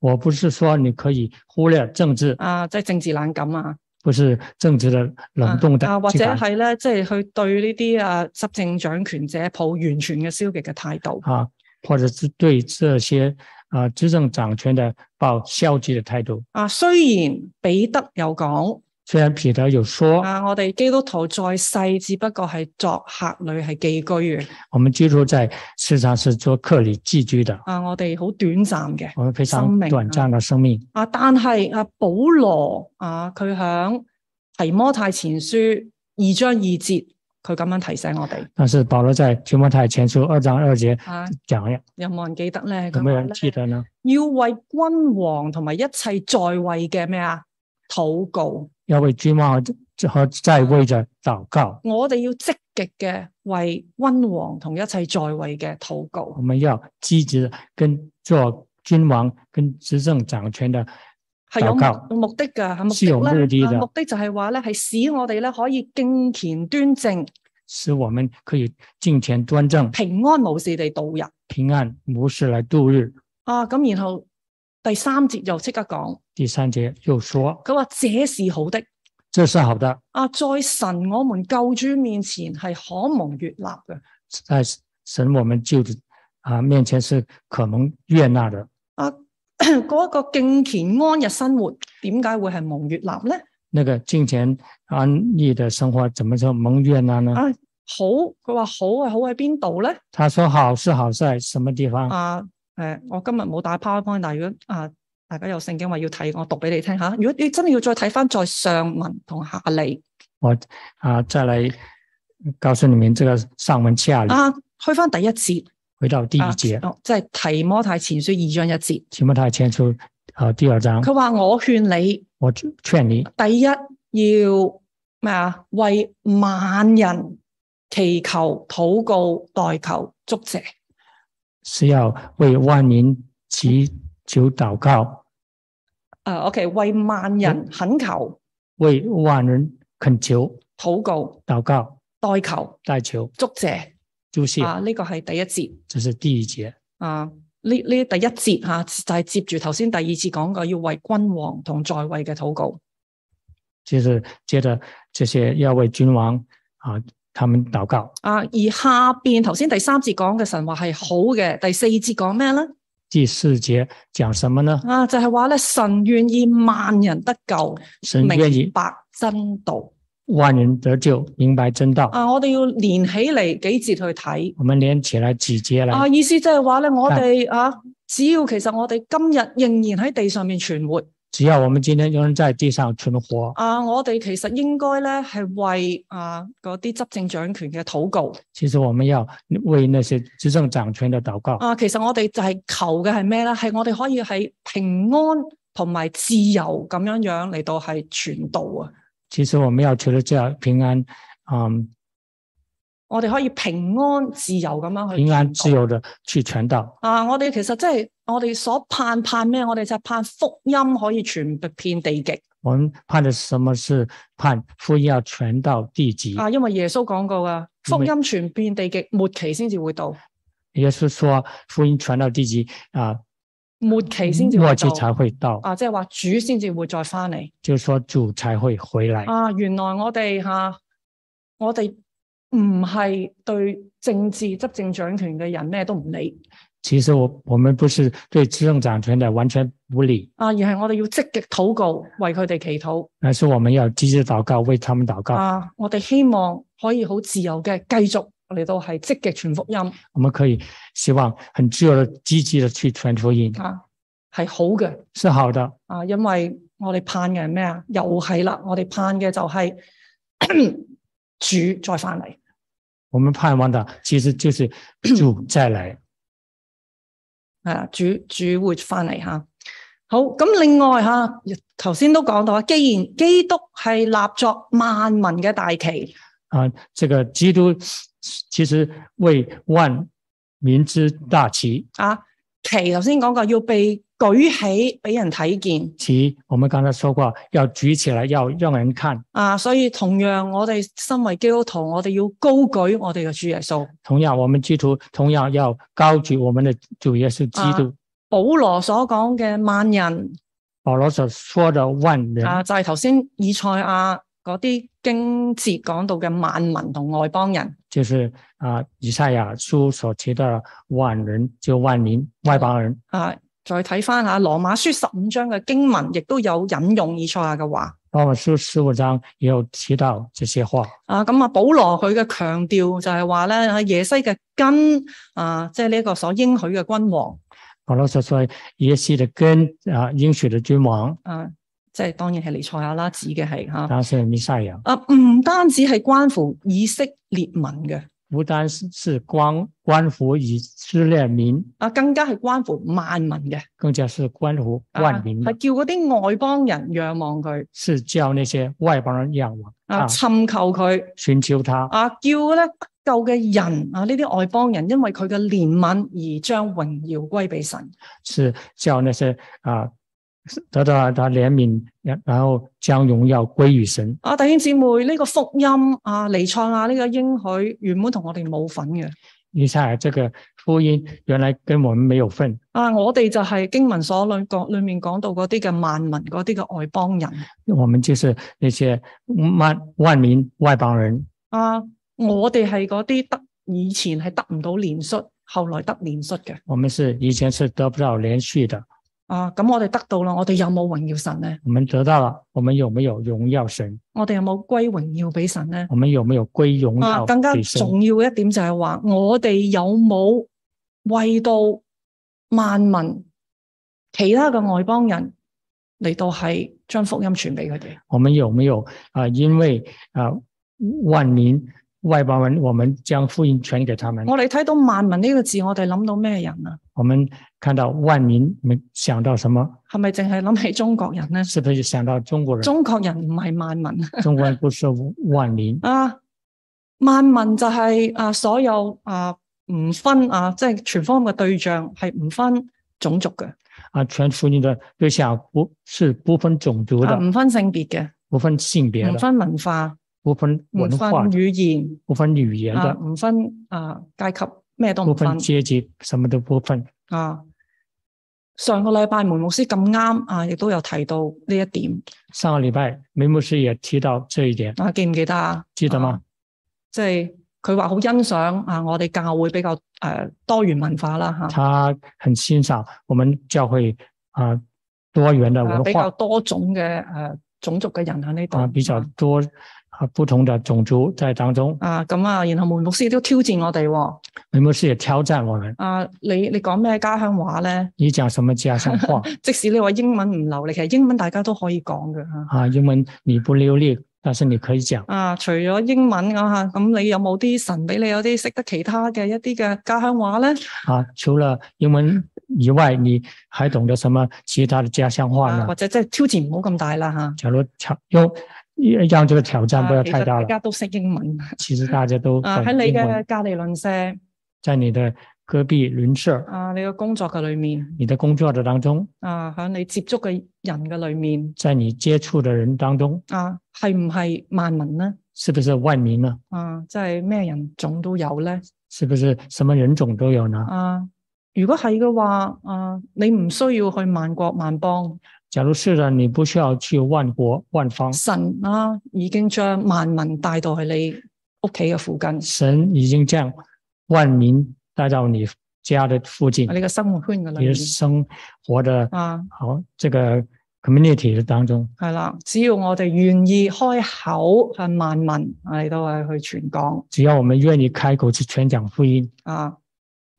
S2: 我不是说你可以忽略政治，
S3: 啊，即係政治冷感啊，
S2: 不是政治的冷冻的
S3: 啊，或
S2: 情
S3: 者
S2: 感
S3: 係咧，即係去對呢啲啊執政掌權者抱完全嘅消極嘅態度
S2: 啊，或者是对这些啊执政掌权的抱消极的态度。
S3: 啊。雖然彼得有講
S2: 虽然彼得有说，
S3: 啊，我哋基督徒在世只不過係作客旅，係寄居嘅
S2: 我们居住在世上是做客旅寄居的，
S3: 啊，我哋好短暫嘅
S2: 我们非
S3: 生
S2: 常
S3: 命啊
S2: 短暂的生命。
S3: 啊，但係啊，保羅啊，佢響提摩太前書二章二節，佢咁樣提醒我哋
S2: 但是保罗在提摩太前书二章二节
S3: 啊。
S2: 讲呀，
S3: 有冇人記得咧？
S2: 有
S3: 佢
S2: 没有
S3: 話
S2: 人记
S3: 咧
S2: 得呢？
S3: 要為君王同埋一切在位嘅咩啊禱告，
S2: 要为君王和在位者祷告，
S3: 我哋要積極嘅為君王同一切在位嘅禱
S2: 我
S3: 告。
S2: 们要积极地跟做君王跟执政掌权的
S3: 係有
S2: 禱告
S3: 目目的㗎，係
S2: 是有
S3: 目
S2: 目
S3: 的
S2: 的
S3: 咧，啊
S2: 的
S3: 目的就係話咧，係使我哋咧可以敬虔端正、
S2: 使我们可以敬虔端正、
S3: 平安無事地度日
S2: 平安无事来度日。
S3: 啊！咁然後第三節又即刻講，
S2: 第三节又说，
S3: 佢話這是好的
S2: 这是好的，
S3: 啊，在神我們救主面前係可蒙悦納嘅。
S2: 在神我们救主啊面前是可蒙悦纳的。
S3: 啊，嗰一個敬虔安逸生活點解會係蒙越南咧？
S2: 那个敬虔安逸的生活怎么说蒙悦纳呢
S3: 啊？好，佢話好係好喺邊度咧？
S2: 他说好是好在什么地方？
S3: 啊，诶，我今日冇打 PowerPoint，但係如果啊大家有聖經話要睇，我讀俾你聽吓。如果你真係要再睇翻再上文同下理
S2: 我啊再来告诉你们这个上文下理。
S3: 啊，去翻第一節，
S2: 回到第一节，
S3: 啊哦即係提摩太前書二章一節，
S2: 提摩太前书啊、第二章，
S3: 佢話我勸你
S2: 我劝你
S3: 第一要咩啊？為萬人祈求、禱告、代求、祝謝。
S2: 是要为万民祈求祷告，
S3: 啊，OK，為萬人懇求、
S2: 为万人恳求
S3: 禱告、
S2: 祷告
S3: 代求、
S2: 代求
S3: 祝謝。
S2: 祝谢。
S3: 啊，呢個係第一節。
S2: 这是第一节，
S3: 啊，呢呢第一節吓、就係接住頭先第二次講過，要為君王同在位嘅禱告。
S2: 就是接着这些要为君王啊、他们祷告。
S3: 啊，而下邊頭先第三節講嘅神話係好嘅，第四節講咩咧？
S2: 第四节讲什么呢？
S3: 啊，就係話咧，神願意萬人得救，
S2: 神愿
S3: 明
S2: 意
S3: 白真道。
S2: 万人得救，明白真道。
S3: 啊，我哋要連起嚟幾節去睇。
S2: 我们连起来几节来
S3: 啊，意思即係話咧，我哋啊，只要其實我哋今日仍然喺地上面存活，
S2: 只要我们今天仍然在地上存活，
S3: 啊，我哋其實應該咧係為啊嗰啲執政掌權嘅禱告。
S2: 其实我们要为那些执政掌权的祷告。
S3: 啊，其實我哋就係求嘅係咩咧？係我哋可以係平安同埋自由咁樣樣嚟到係傳道啊！
S2: 其实我们要求的这样平安，嗯，
S3: 我哋可以平安自由咁樣去
S2: 平安
S3: 傳道
S2: 自由的去传道。
S3: 啊！我哋其實即係我哋所盼盼咩？我哋就係盼福音可以傳遍地極
S2: 我们盼的是什么是盼福音要传到地极。
S3: 啊！因為耶穌講過啊，
S2: 因
S3: 福
S2: 為
S3: 音傳遍地極，末期先至會到，
S2: 也就是说，福音传到地极啊，
S3: 末期先至
S2: 末
S3: 會
S2: 期
S3: 到
S2: 才会到，
S3: 啊！即係話主先至會再翻嚟。
S2: 就是说主才会回来。
S3: 啊，原來我哋吓、啊我哋唔係對政治執政掌權嘅人咩都唔理
S2: 其实我我们不是对执政掌权的完全不理，
S3: 啊，而係我哋要積極禱告，為佢哋祈禱
S2: 而是我们要积极祷告，为他们祷告。
S3: 啊！我哋希望可以好自由嘅繼續嚟到係積極傳福音
S2: 我们可以希望很自由的、积极的去传福音，
S3: 啊，係好嘅
S2: 是好的。
S3: 啊，因為我哋盼嘅係咩啊？又係啦，我哋盼嘅就係 主再翻嚟。
S2: 我们盼望的其实就是主再来。
S3: 系啦，主主會翻嚟吓。好，咁另外吓，頭先都講到啊，既然基督係立作萬民嘅大旗，
S2: 啊，这个基督其实为万民之大旗，
S3: 啊，旗頭先講過要被舉起俾人睇見，
S2: 旗我们刚才说过要举起来，要让人看。
S3: 啊，所以同樣我哋身為基督徒，我哋要高舉我哋嘅主耶穌。
S2: 同样，我们基督同样要高举我们的主耶稣基督。
S3: 保羅所講嘅萬人
S2: 保罗所说的万人，
S3: 啊，就係頭先以賽亞嗰啲經節講到嘅萬民同外邦人
S2: 就是啊，以赛亚书所提到的万人，就万民外邦人。
S3: 啊。再睇翻下羅馬書十五章嘅經文，亦都有引用以賽亞嘅話。
S2: 罗马书十五章也有提到这些话。
S3: 啊，咁啊，保羅佢嘅強調就係話咧，啊耶西嘅根啊，即係呢一個所應許嘅君王
S2: 保罗所说耶西的根啊，应许的君王，
S3: 啊，即係當然係尼賽亞啦，指嘅係嚇
S2: 他是弥赛亚，
S3: 啊，唔單止係關乎以色列民嘅，
S2: 不单是是光关乎以色列民，
S3: 啊，更加係關乎萬民嘅，
S2: 更加是关乎
S3: 啊
S2: 万民
S3: 係、
S2: 的，
S3: 叫嗰啲外邦人仰望佢
S2: 是叫那些外邦人仰望
S3: 啊，
S2: 啊，
S3: 尋求佢
S2: 寻求他，
S3: 啊，叫咧得救嘅人啊，呢啲外邦人因為佢嘅憐憫而將榮耀歸俾神。
S2: 是叫那些啊得到他怜悯，然然后将荣耀归于神。
S3: 啊，弟兄姊妹，呢、個福音啊，尼賽亞呢個應許原本同我哋冇份嘅。
S2: 以赛亚这个福音原来跟我们没有份，
S3: 啊，我哋就係經文所裏講裏面講到嗰啲嘅萬民，嗰啲嘅外邦人。
S2: 我们就是那些万万民外邦人。
S3: 啊，我哋係嗰啲得以前係得唔到連率，後來得連率嘅。
S2: 我们是以前是得不到连续的，
S3: 啊，咁我哋得到啦，我哋有冇榮耀神呢？
S2: 我们得到了，我们有没有荣耀神？
S3: 我哋有冇歸榮耀俾神呢？
S2: 我们有没有归荣
S3: 啊，
S2: 耀
S3: 更加
S2: 给神？
S3: 重要嘅一點就係話，我哋有冇為到萬民其他嘅外邦人嚟到係將福音傳俾佢哋。
S2: 我们有没有啊、呃因为啊、呃万民外邦人，我们将福音传给他们。
S3: 我哋睇到萬民呢個字，我哋諗到咩人啊？
S2: 我们看到万民，你们想到什么？
S3: 係咪淨係諗起中國人呢？
S2: 是不是想到中国人？
S3: 中國人唔係萬民
S2: 中国人不是万民，
S3: 啊，萬民就係啊所有啊唔分啊，即係全方位嘅對象係唔分種族嘅，
S2: 啊，全福音的对象不是不分种族
S3: 啊
S2: 的，
S3: 唔分性別嘅，
S2: 不分性别
S3: 唔
S2: 的，
S3: 分文化，
S2: 不分
S3: 唔
S2: 文
S3: 分
S2: 化的，
S3: 語
S2: 不分語言
S3: 言啊
S2: 的，，
S3: 唔分啊階級，咩都
S2: 不
S3: 唔分
S2: 分阶级，什么都不分。
S3: 啊。上個禮拜梅牧師咁啱啊，亦都有提到呢一點
S2: 上个礼拜梅牧师也提到这一点，
S3: 啊，記唔記得啊？
S2: 记得
S3: 啊
S2: 吗？
S3: 即係佢話好欣賞啊，我哋教會比較诶、呃多元文化啦吓。
S2: 他很欣赏我们教会啊、多元的
S3: 啊
S2: 文
S3: 比較
S2: 化
S3: 多嗯種嘅誒種族嘅人喺呢
S2: 啊，
S3: 度，
S2: 比較多啊不同的种族在当中。
S3: 啊咁啊，然後梅牧師都挑戰我哋喎，
S2: 梅牧师也挑战我们，
S3: 啊你你講咩家鄉話咧？
S2: 你讲什么家乡 话
S3: 即使你話英文唔流利，其實英文大家都可以講嘅嚇。
S2: 啊？英文你不流利，但是你可以讲。
S3: 啊，除咗英文咁嚇，咁你有冇啲神俾你有啲識得其他嘅一啲嘅家鄉話咧？
S2: 啊，除了英文以外，你还懂得什么其他的家乡话
S3: 啊，
S2: 呢
S3: 或？者即係挑戰唔好咁大啦嚇。
S2: 假如挑用让这个挑战
S3: 啊
S2: 不要
S3: 其
S2: 太
S3: 實
S2: 大
S3: 大
S2: 了，
S3: 家都識英文。
S2: 其实大家都
S3: 啊，喺
S2: 懂
S3: 你
S2: 英文，
S3: 嘅隔離鄰舍，
S2: 在你的隔壁邻舍、
S3: 啊，你嘅工作嘅裏面，
S2: 你的工作的当中，
S3: 啊，喺你接觸嘅人嘅裏面，
S2: 在你接触的人当中，
S3: 啊，係唔係萬民咧？
S2: 是不是万民呢？
S3: 啊，即係咩人種都有咧。
S2: 是不是什么人种都有呢？
S3: 啊，如果係嘅話，啊，你唔需要去萬國萬邦，
S2: 假如是的，你不需要去万国万方，
S3: 神啊已經將萬民帶到去你屋企嘅附近，
S2: 神已经将万民带到你家的附近，
S3: 你嘅生活圈嘅裏
S2: 你的
S3: 面。
S2: 生活的
S3: 啊，
S2: 好这个 community 的当中。
S3: 係啦，只要我哋願意開口向萬民啊嚟到係去傳講
S2: 只要我们愿意开口去传讲福音，
S3: 啊，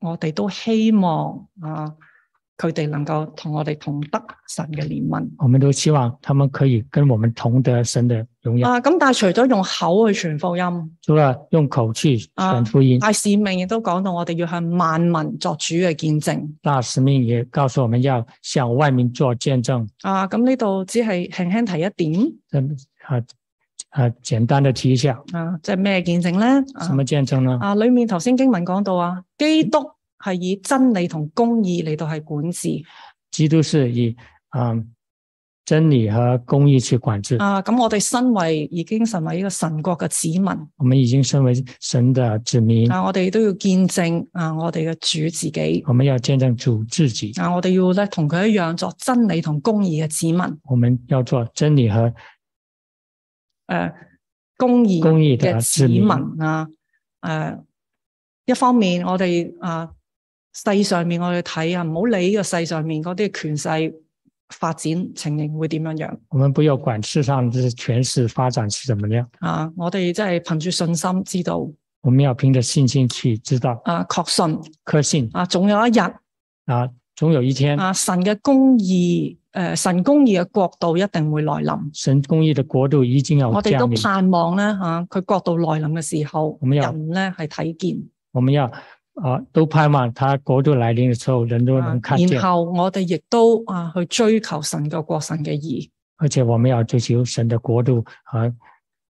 S3: 我哋都希望啊，佢哋能夠同我哋同得神嘅憐憫。
S2: 我们都希望他们可以跟我们同得神的荣耀。
S3: 啊，咁但係除咗用口去傳福音。
S2: 除了用口去传福音，
S3: 大使命亦都講到，我哋要向萬民作主嘅見證。
S2: 大使命也告诉我们要向外面做见证。
S3: 啊，咁呢度只係輕輕提一點
S2: 嗯啊啊，简单的提一下，
S3: 啊，即係咩見證咧？
S2: 什么见证呢？
S3: 啊？啊，里面頭先經文講到啊，基督係以真理同公義嚟到係管治。
S2: 基督是以啊、真理和公义去管制。
S3: 啊，咁我哋身為已經成為呢個神國嘅子民，
S2: 我们已经身为神的子民，
S3: 啊，我哋都要見證啊，我哋嘅主自己。
S2: 我们要见证主自己，
S3: 啊！我哋要咧同佢一樣作真理同公義嘅子民，誒、
S2: 我们要做真理和
S3: 呃公義
S2: 公义的
S3: 嘅
S2: 子
S3: 子
S2: 民
S3: 民。啊，诶、一方面我哋啊世上面我哋睇啊，唔好理呢個世上面嗰啲權勢發展情形會點樣樣
S2: 我们不要管世上这权势发展是怎么样。
S3: 啊，我哋即係憑住信心知道
S2: 我们要凭着信心去知道，
S3: 啊，確信
S2: 可信
S3: 啊，總有一日
S2: 啊，总有一天
S3: 啊，神嘅公義诶、呃神公義嘅國度一定會來臨。
S2: 神公义的国度已经要
S3: 我哋都
S2: 降临。
S3: 盼望咧吓，啊佢、國度來臨嘅時候，
S2: 咁又
S3: 人咧係睇見。
S2: 我们要啊，都盼望他国度来临的时候，人都
S3: 啊
S2: 能看见
S3: 然，後我哋亦都啊去追求神嘅國、神嘅義。
S2: 而且我们要追求神的国度啊和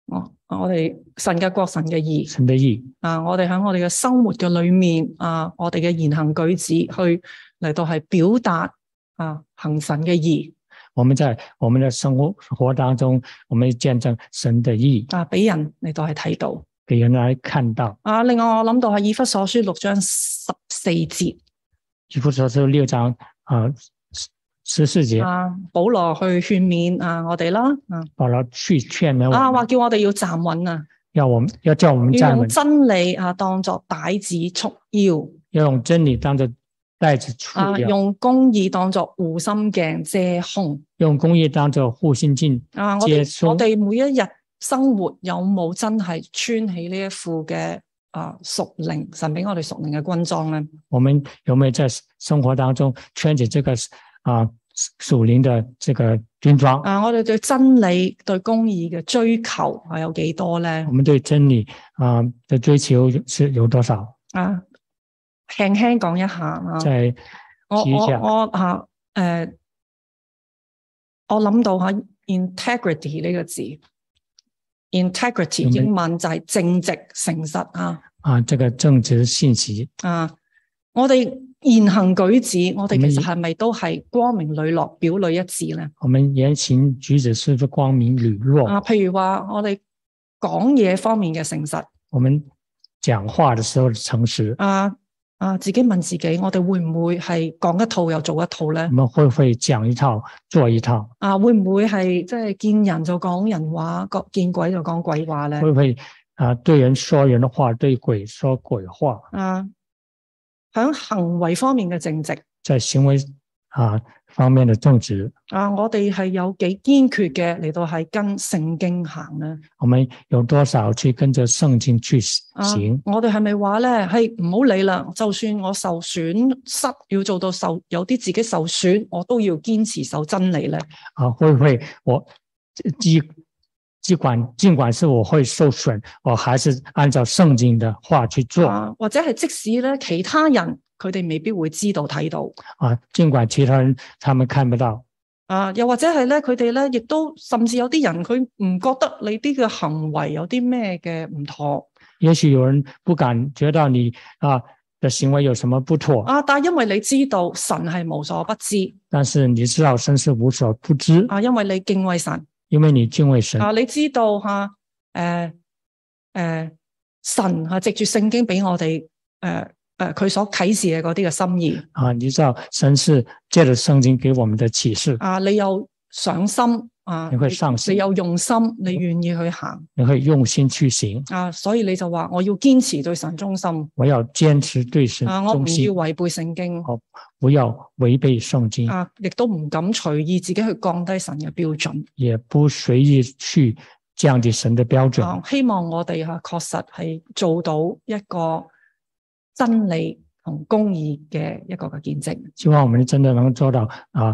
S3: 我哦我哋神嘅國、神嘅義
S2: 神的义。
S3: 啊，我哋喺我哋嘅生活嘅裏面啊，我哋嘅言行舉止去嚟到係表達啊行神嘅義
S2: 我们在我们的生活活当中，我们见证神的义，
S3: 啊，俾人嚟到係睇到
S2: 给人来看到。
S3: 啊。另外我諗到係以弗所書六章十四節
S2: 以弗所书六章啊十四节，
S3: 啊，保羅去勸勉啊我哋啦啊
S2: 保罗去劝勉
S3: 啊
S2: 我
S3: 話
S2: 们，
S3: 叫我哋要站穩啊，
S2: 要我们要叫我们
S3: 要
S2: 站
S3: 用
S2: 稳，
S3: 真理啊當作帶子束腰
S2: 要用真理当着带子束
S3: 啊，
S2: 腰，
S3: 用公義當作護心鏡遮胸。
S2: 用公义当着护心镜。
S3: 啊！我
S2: 借
S3: 哋
S2: 鬆
S3: 我哋每一日生活有冇真係穿起呢一副嘅啊屬靈，神俾我哋屬靈嘅軍裝咧，
S2: 我们有没有在生活当中穿起这个啊属灵的这个军装？
S3: 啊我哋對真理、對公義嘅追求啊有幾多咧
S2: 我？们对真理啊的追求是有多少？
S3: 啊，輕輕講一下啊，
S2: 在
S3: 我
S2: 指一
S3: 我
S2: 下
S3: 我啊誒，我諗到嚇 integrity 呢個字
S2: 有
S3: ，integrity
S2: 咩
S3: 英文就係正直、誠實啊
S2: 啊这个正直信息，
S3: 啊！我哋言行舉止，我哋
S2: 咁樣
S3: 其實
S2: 意
S3: 係咪都係光明磊落、表裏一致咧？
S2: 我们言行举止是不是光明磊落？
S3: 啊，譬如話我哋講嘢方面嘅誠實
S2: 我们讲话的时候的诚实，
S3: 啊啊，自己問自己，我哋會唔會係講一套又做一套咧
S2: 我？们会不会讲一套做一套？
S3: 啊，會唔會係即係見人就講人話，個見鬼就講鬼話咧？
S2: 会不会啊对人说人的话，对鬼说鬼话？
S3: 啊，喺行為方面嘅正直
S2: 在行为啊方面的正直，
S3: 啊，我哋係有幾堅決嘅嚟到係跟聖經行啊咧。
S2: 我们有多少去跟着圣经去
S3: 啊
S2: 行？
S3: 我哋係咪話咧？係唔好理啦，就算我受損失，要做到受有啲自己受損，我都要堅持守真理咧。
S2: 啊，会不会我即尽管尽管是我会受损，我还是按照圣经的话去做
S3: 啊，或者係即使咧其他人佢哋未必會知道睇到
S2: 啊。尽管其他人他们看不到
S3: 啊，又或者係咧佢哋咧亦都甚至有啲人佢唔覺得你啲嘅行為有啲咩嘅唔妥。
S2: 也许有人不感觉到你啊的行为有什么不妥，
S3: 啊！但係因為你知道神係無所不知
S2: 但是你知道神是无所不知，
S3: 啊，因為你敬畏神
S2: 因为你敬畏神
S3: 啊，你知道吓誒誒神啊，藉住聖經俾我哋誒誒佢所啟示嘅嗰啲嘅心意
S2: 啊，你知道神是借着圣经给我们的启示，
S3: 啊，你有上心啊，
S2: 你會上心
S3: 你有用心，你願意去行
S2: 你会用心去行。
S3: 啊，所以你就話我要堅持對神忠心
S2: 我要坚持对神
S3: 啊，我
S2: 嗯忠
S3: 唔要
S2: 心，
S3: 違背聖經
S2: 好不要违背圣经，
S3: 啊，亦都唔敢隨意自己去降低神嘅標準。
S2: 也不随意去降低神的标准。
S3: 啊，希望我哋吓確實係做到一個真理同公義嘅一個嘅見證。
S2: 希望我们真的能做到啊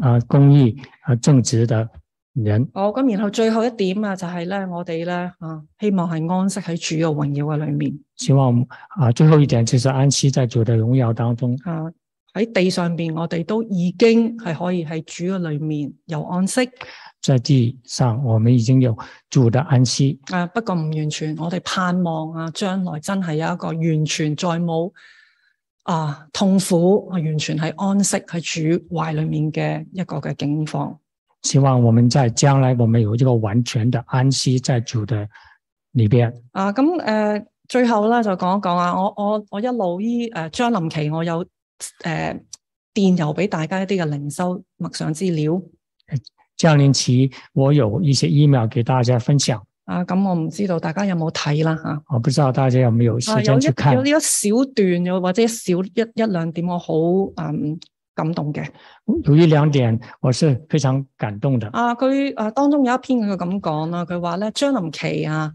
S2: 啊公益啊正直的人。
S3: 好，咁然後最後一點啊，就係咧，我哋咧啊，希望係安息喺主嘅榮耀嘅裏面
S2: 希望我们啊最后一点就是安息在主的荣耀当中。
S3: 啊，喺地上邊我哋都已經係可以喺主嘅裏面有安息
S2: 在地上，我们已经有主的安息，
S3: 啊，不過唔完全，我哋盼望啊，將來真係有一個完全再冇啊痛苦啊，完全係安息喺主懷裏面嘅一個嘅境況。
S2: 希望我们在将来我们有这个完全的安息在主的里边。
S3: 啊，咁誒、呃最後咧就講一講啊，我我我一路依呃誒張林琪，我有誒、呃、電郵俾大家一啲嘅靈修默想資料
S2: 降临期，我有一些 email 给大家分享，
S3: 啊，咁我唔知道大家有冇睇啦嚇。
S2: 啊我不知道大家有没有时
S3: 啊，有
S2: 间
S3: 一
S2: 去看
S3: 有。呢一小段，又或者一小一一兩點，我好嗯感動嘅。
S2: 有一两点我是非常感动的。
S3: 啊，佢啊當中有一篇佢咁講啦，佢話咧張林琪啊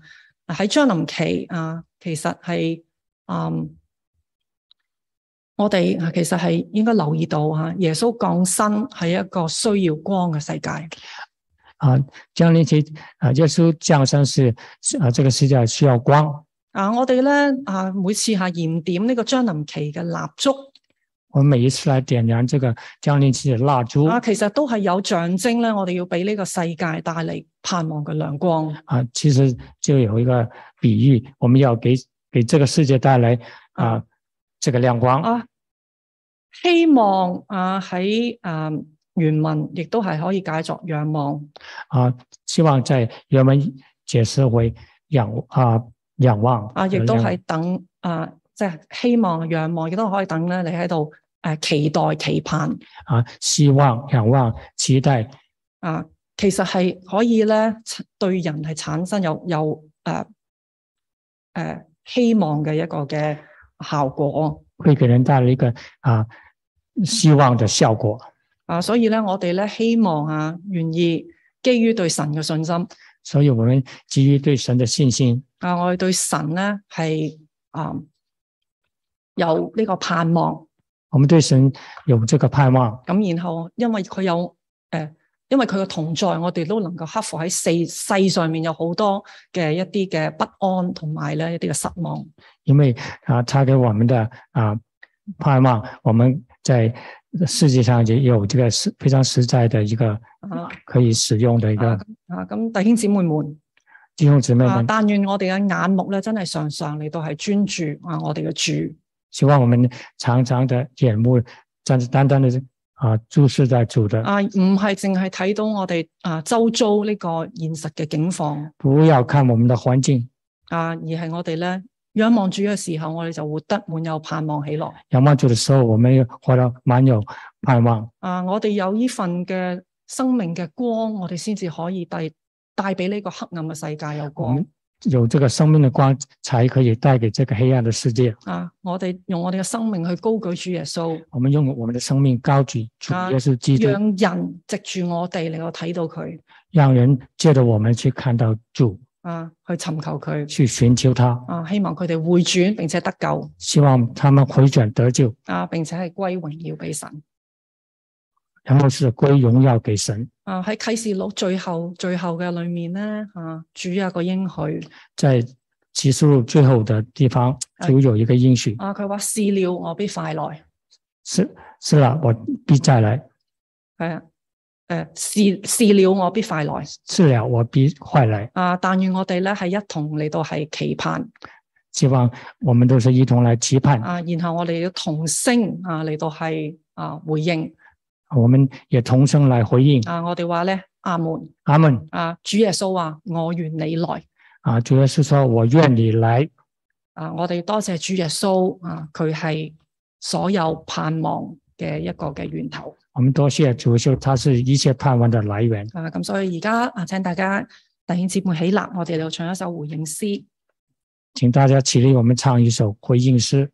S3: 喺張林琪啊，其實係嗯我哋啊其實係應該留意到啊，耶穌降生係一個需要光嘅世界
S2: 啊，降临期啊，耶稣降生是是啊，这个世界需要光。
S3: 啊！我哋咧啊每次下燃點呢個張林琪嘅蠟燭
S2: 我们每一次来点燃这个降临期的蜡烛
S3: 啊，其實都係有象徵咧，我哋要俾呢個世界帶嚟盼望嘅亮光
S2: 啊，其实就有一个比喻，我们要给给这个世界带来啊这个亮光。
S3: 啊！希望啊喺啊原文亦都係可以解作仰望。
S2: 啊，希望在原文解释为仰啊仰望
S3: 啊，亦都
S2: 呃仰
S3: 係等啊，即係希望仰望，亦都可以等咧。你喺度誒期待期盼
S2: 啊希望仰望期待
S3: 啊，其實係可以咧對人係產生有有誒誒希望嘅一個嘅效果
S2: 会给人带来一个啊希望的效果。
S3: 啊。所以咧，我哋咧希望啊，願意基於對神嘅信心
S2: 所以，我们基于对神的信心，
S3: 啊，我哋對神咧係啊有呢個盼望。
S2: 我们对神有这个盼望，
S3: 咁然後因為佢有诶、呃因為佢嘅同在，我哋都能夠克服喺世世上面有好多嘅一啲嘅不安同埋咧一啲嘅失望。
S2: 因为啊，他给我们的啊盼望，我们在世界上也有这个是非常实在的一个
S3: 啊
S2: 可以使用的一个
S3: 啊啊！咁弟兄姊妹們，
S2: 弟兄姊妹
S3: 啊，
S2: 们，
S3: 但願我哋嘅眼目咧，真係常常嚟到係專注啊，我哋嘅主
S2: 希望我们常常的眼目，单单单的啊注视在主的，
S3: 啊，唔係淨係睇到我哋啊周遭呢個現實嘅境況
S2: 不要看我们的环境，
S3: 啊，而係我哋咧仰望主嘅時候，我哋就活得滿有盼望起來。
S2: 仰望主的时候，我们活得满有盼望。
S3: 啊，我哋有呢份嘅生命嘅光，我哋先至可以帶带俾呢個黑暗嘅世界有
S2: 我
S3: 光
S2: 们。有这个生命的光，才可以带给这个黑暗的世界。
S3: 啊，我哋用我哋嘅生命去高舉主耶穌，
S2: 我们用我们的生命高举主
S3: 啊
S2: 耶稣基督，
S3: 讓人藉住我哋嚟到睇到佢
S2: 让人借着我们去看到主，
S3: 啊，去尋求佢
S2: 去寻求他，
S3: 啊，希望佢哋回轉並且得救
S2: 希望他们回转得救，
S3: 啊，並且係歸榮耀俾神
S2: 然后是归荣耀给神。
S3: 啊。喺啟示錄最後最後嘅裏面咧，啊，主有個應許
S2: 在启示录最后的地方，
S3: 啊
S2: 就有一个应许：
S3: 啊，佢話試了我必快來，
S2: 是是了，我必再来；
S3: 係啊，诶，试试了我必快來。
S2: 是了，我必快来。
S3: 啊！但願我哋咧係一同嚟到係期盼
S2: 希望我们都是一同来期盼，
S3: 啊，然後我哋要同聲啊嚟到係啊回應
S2: 我们也同声来回应。
S3: 啊！我哋話咧阿門
S2: 阿门
S3: 啊！主耶穌話：我願你來
S2: 啊！主耶稣说：“我愿你来。
S3: 啊！我哋多謝主耶穌啊！佢係所有盼望嘅一個嘅源頭”
S2: 我们多谢主耶稣，他是一切盼望的来源。
S3: 啊！咁所以而家啊，請大家弟兄姊妹起立，我哋就唱一首回應詩。
S2: 请大家起立，我们唱一首回应诗。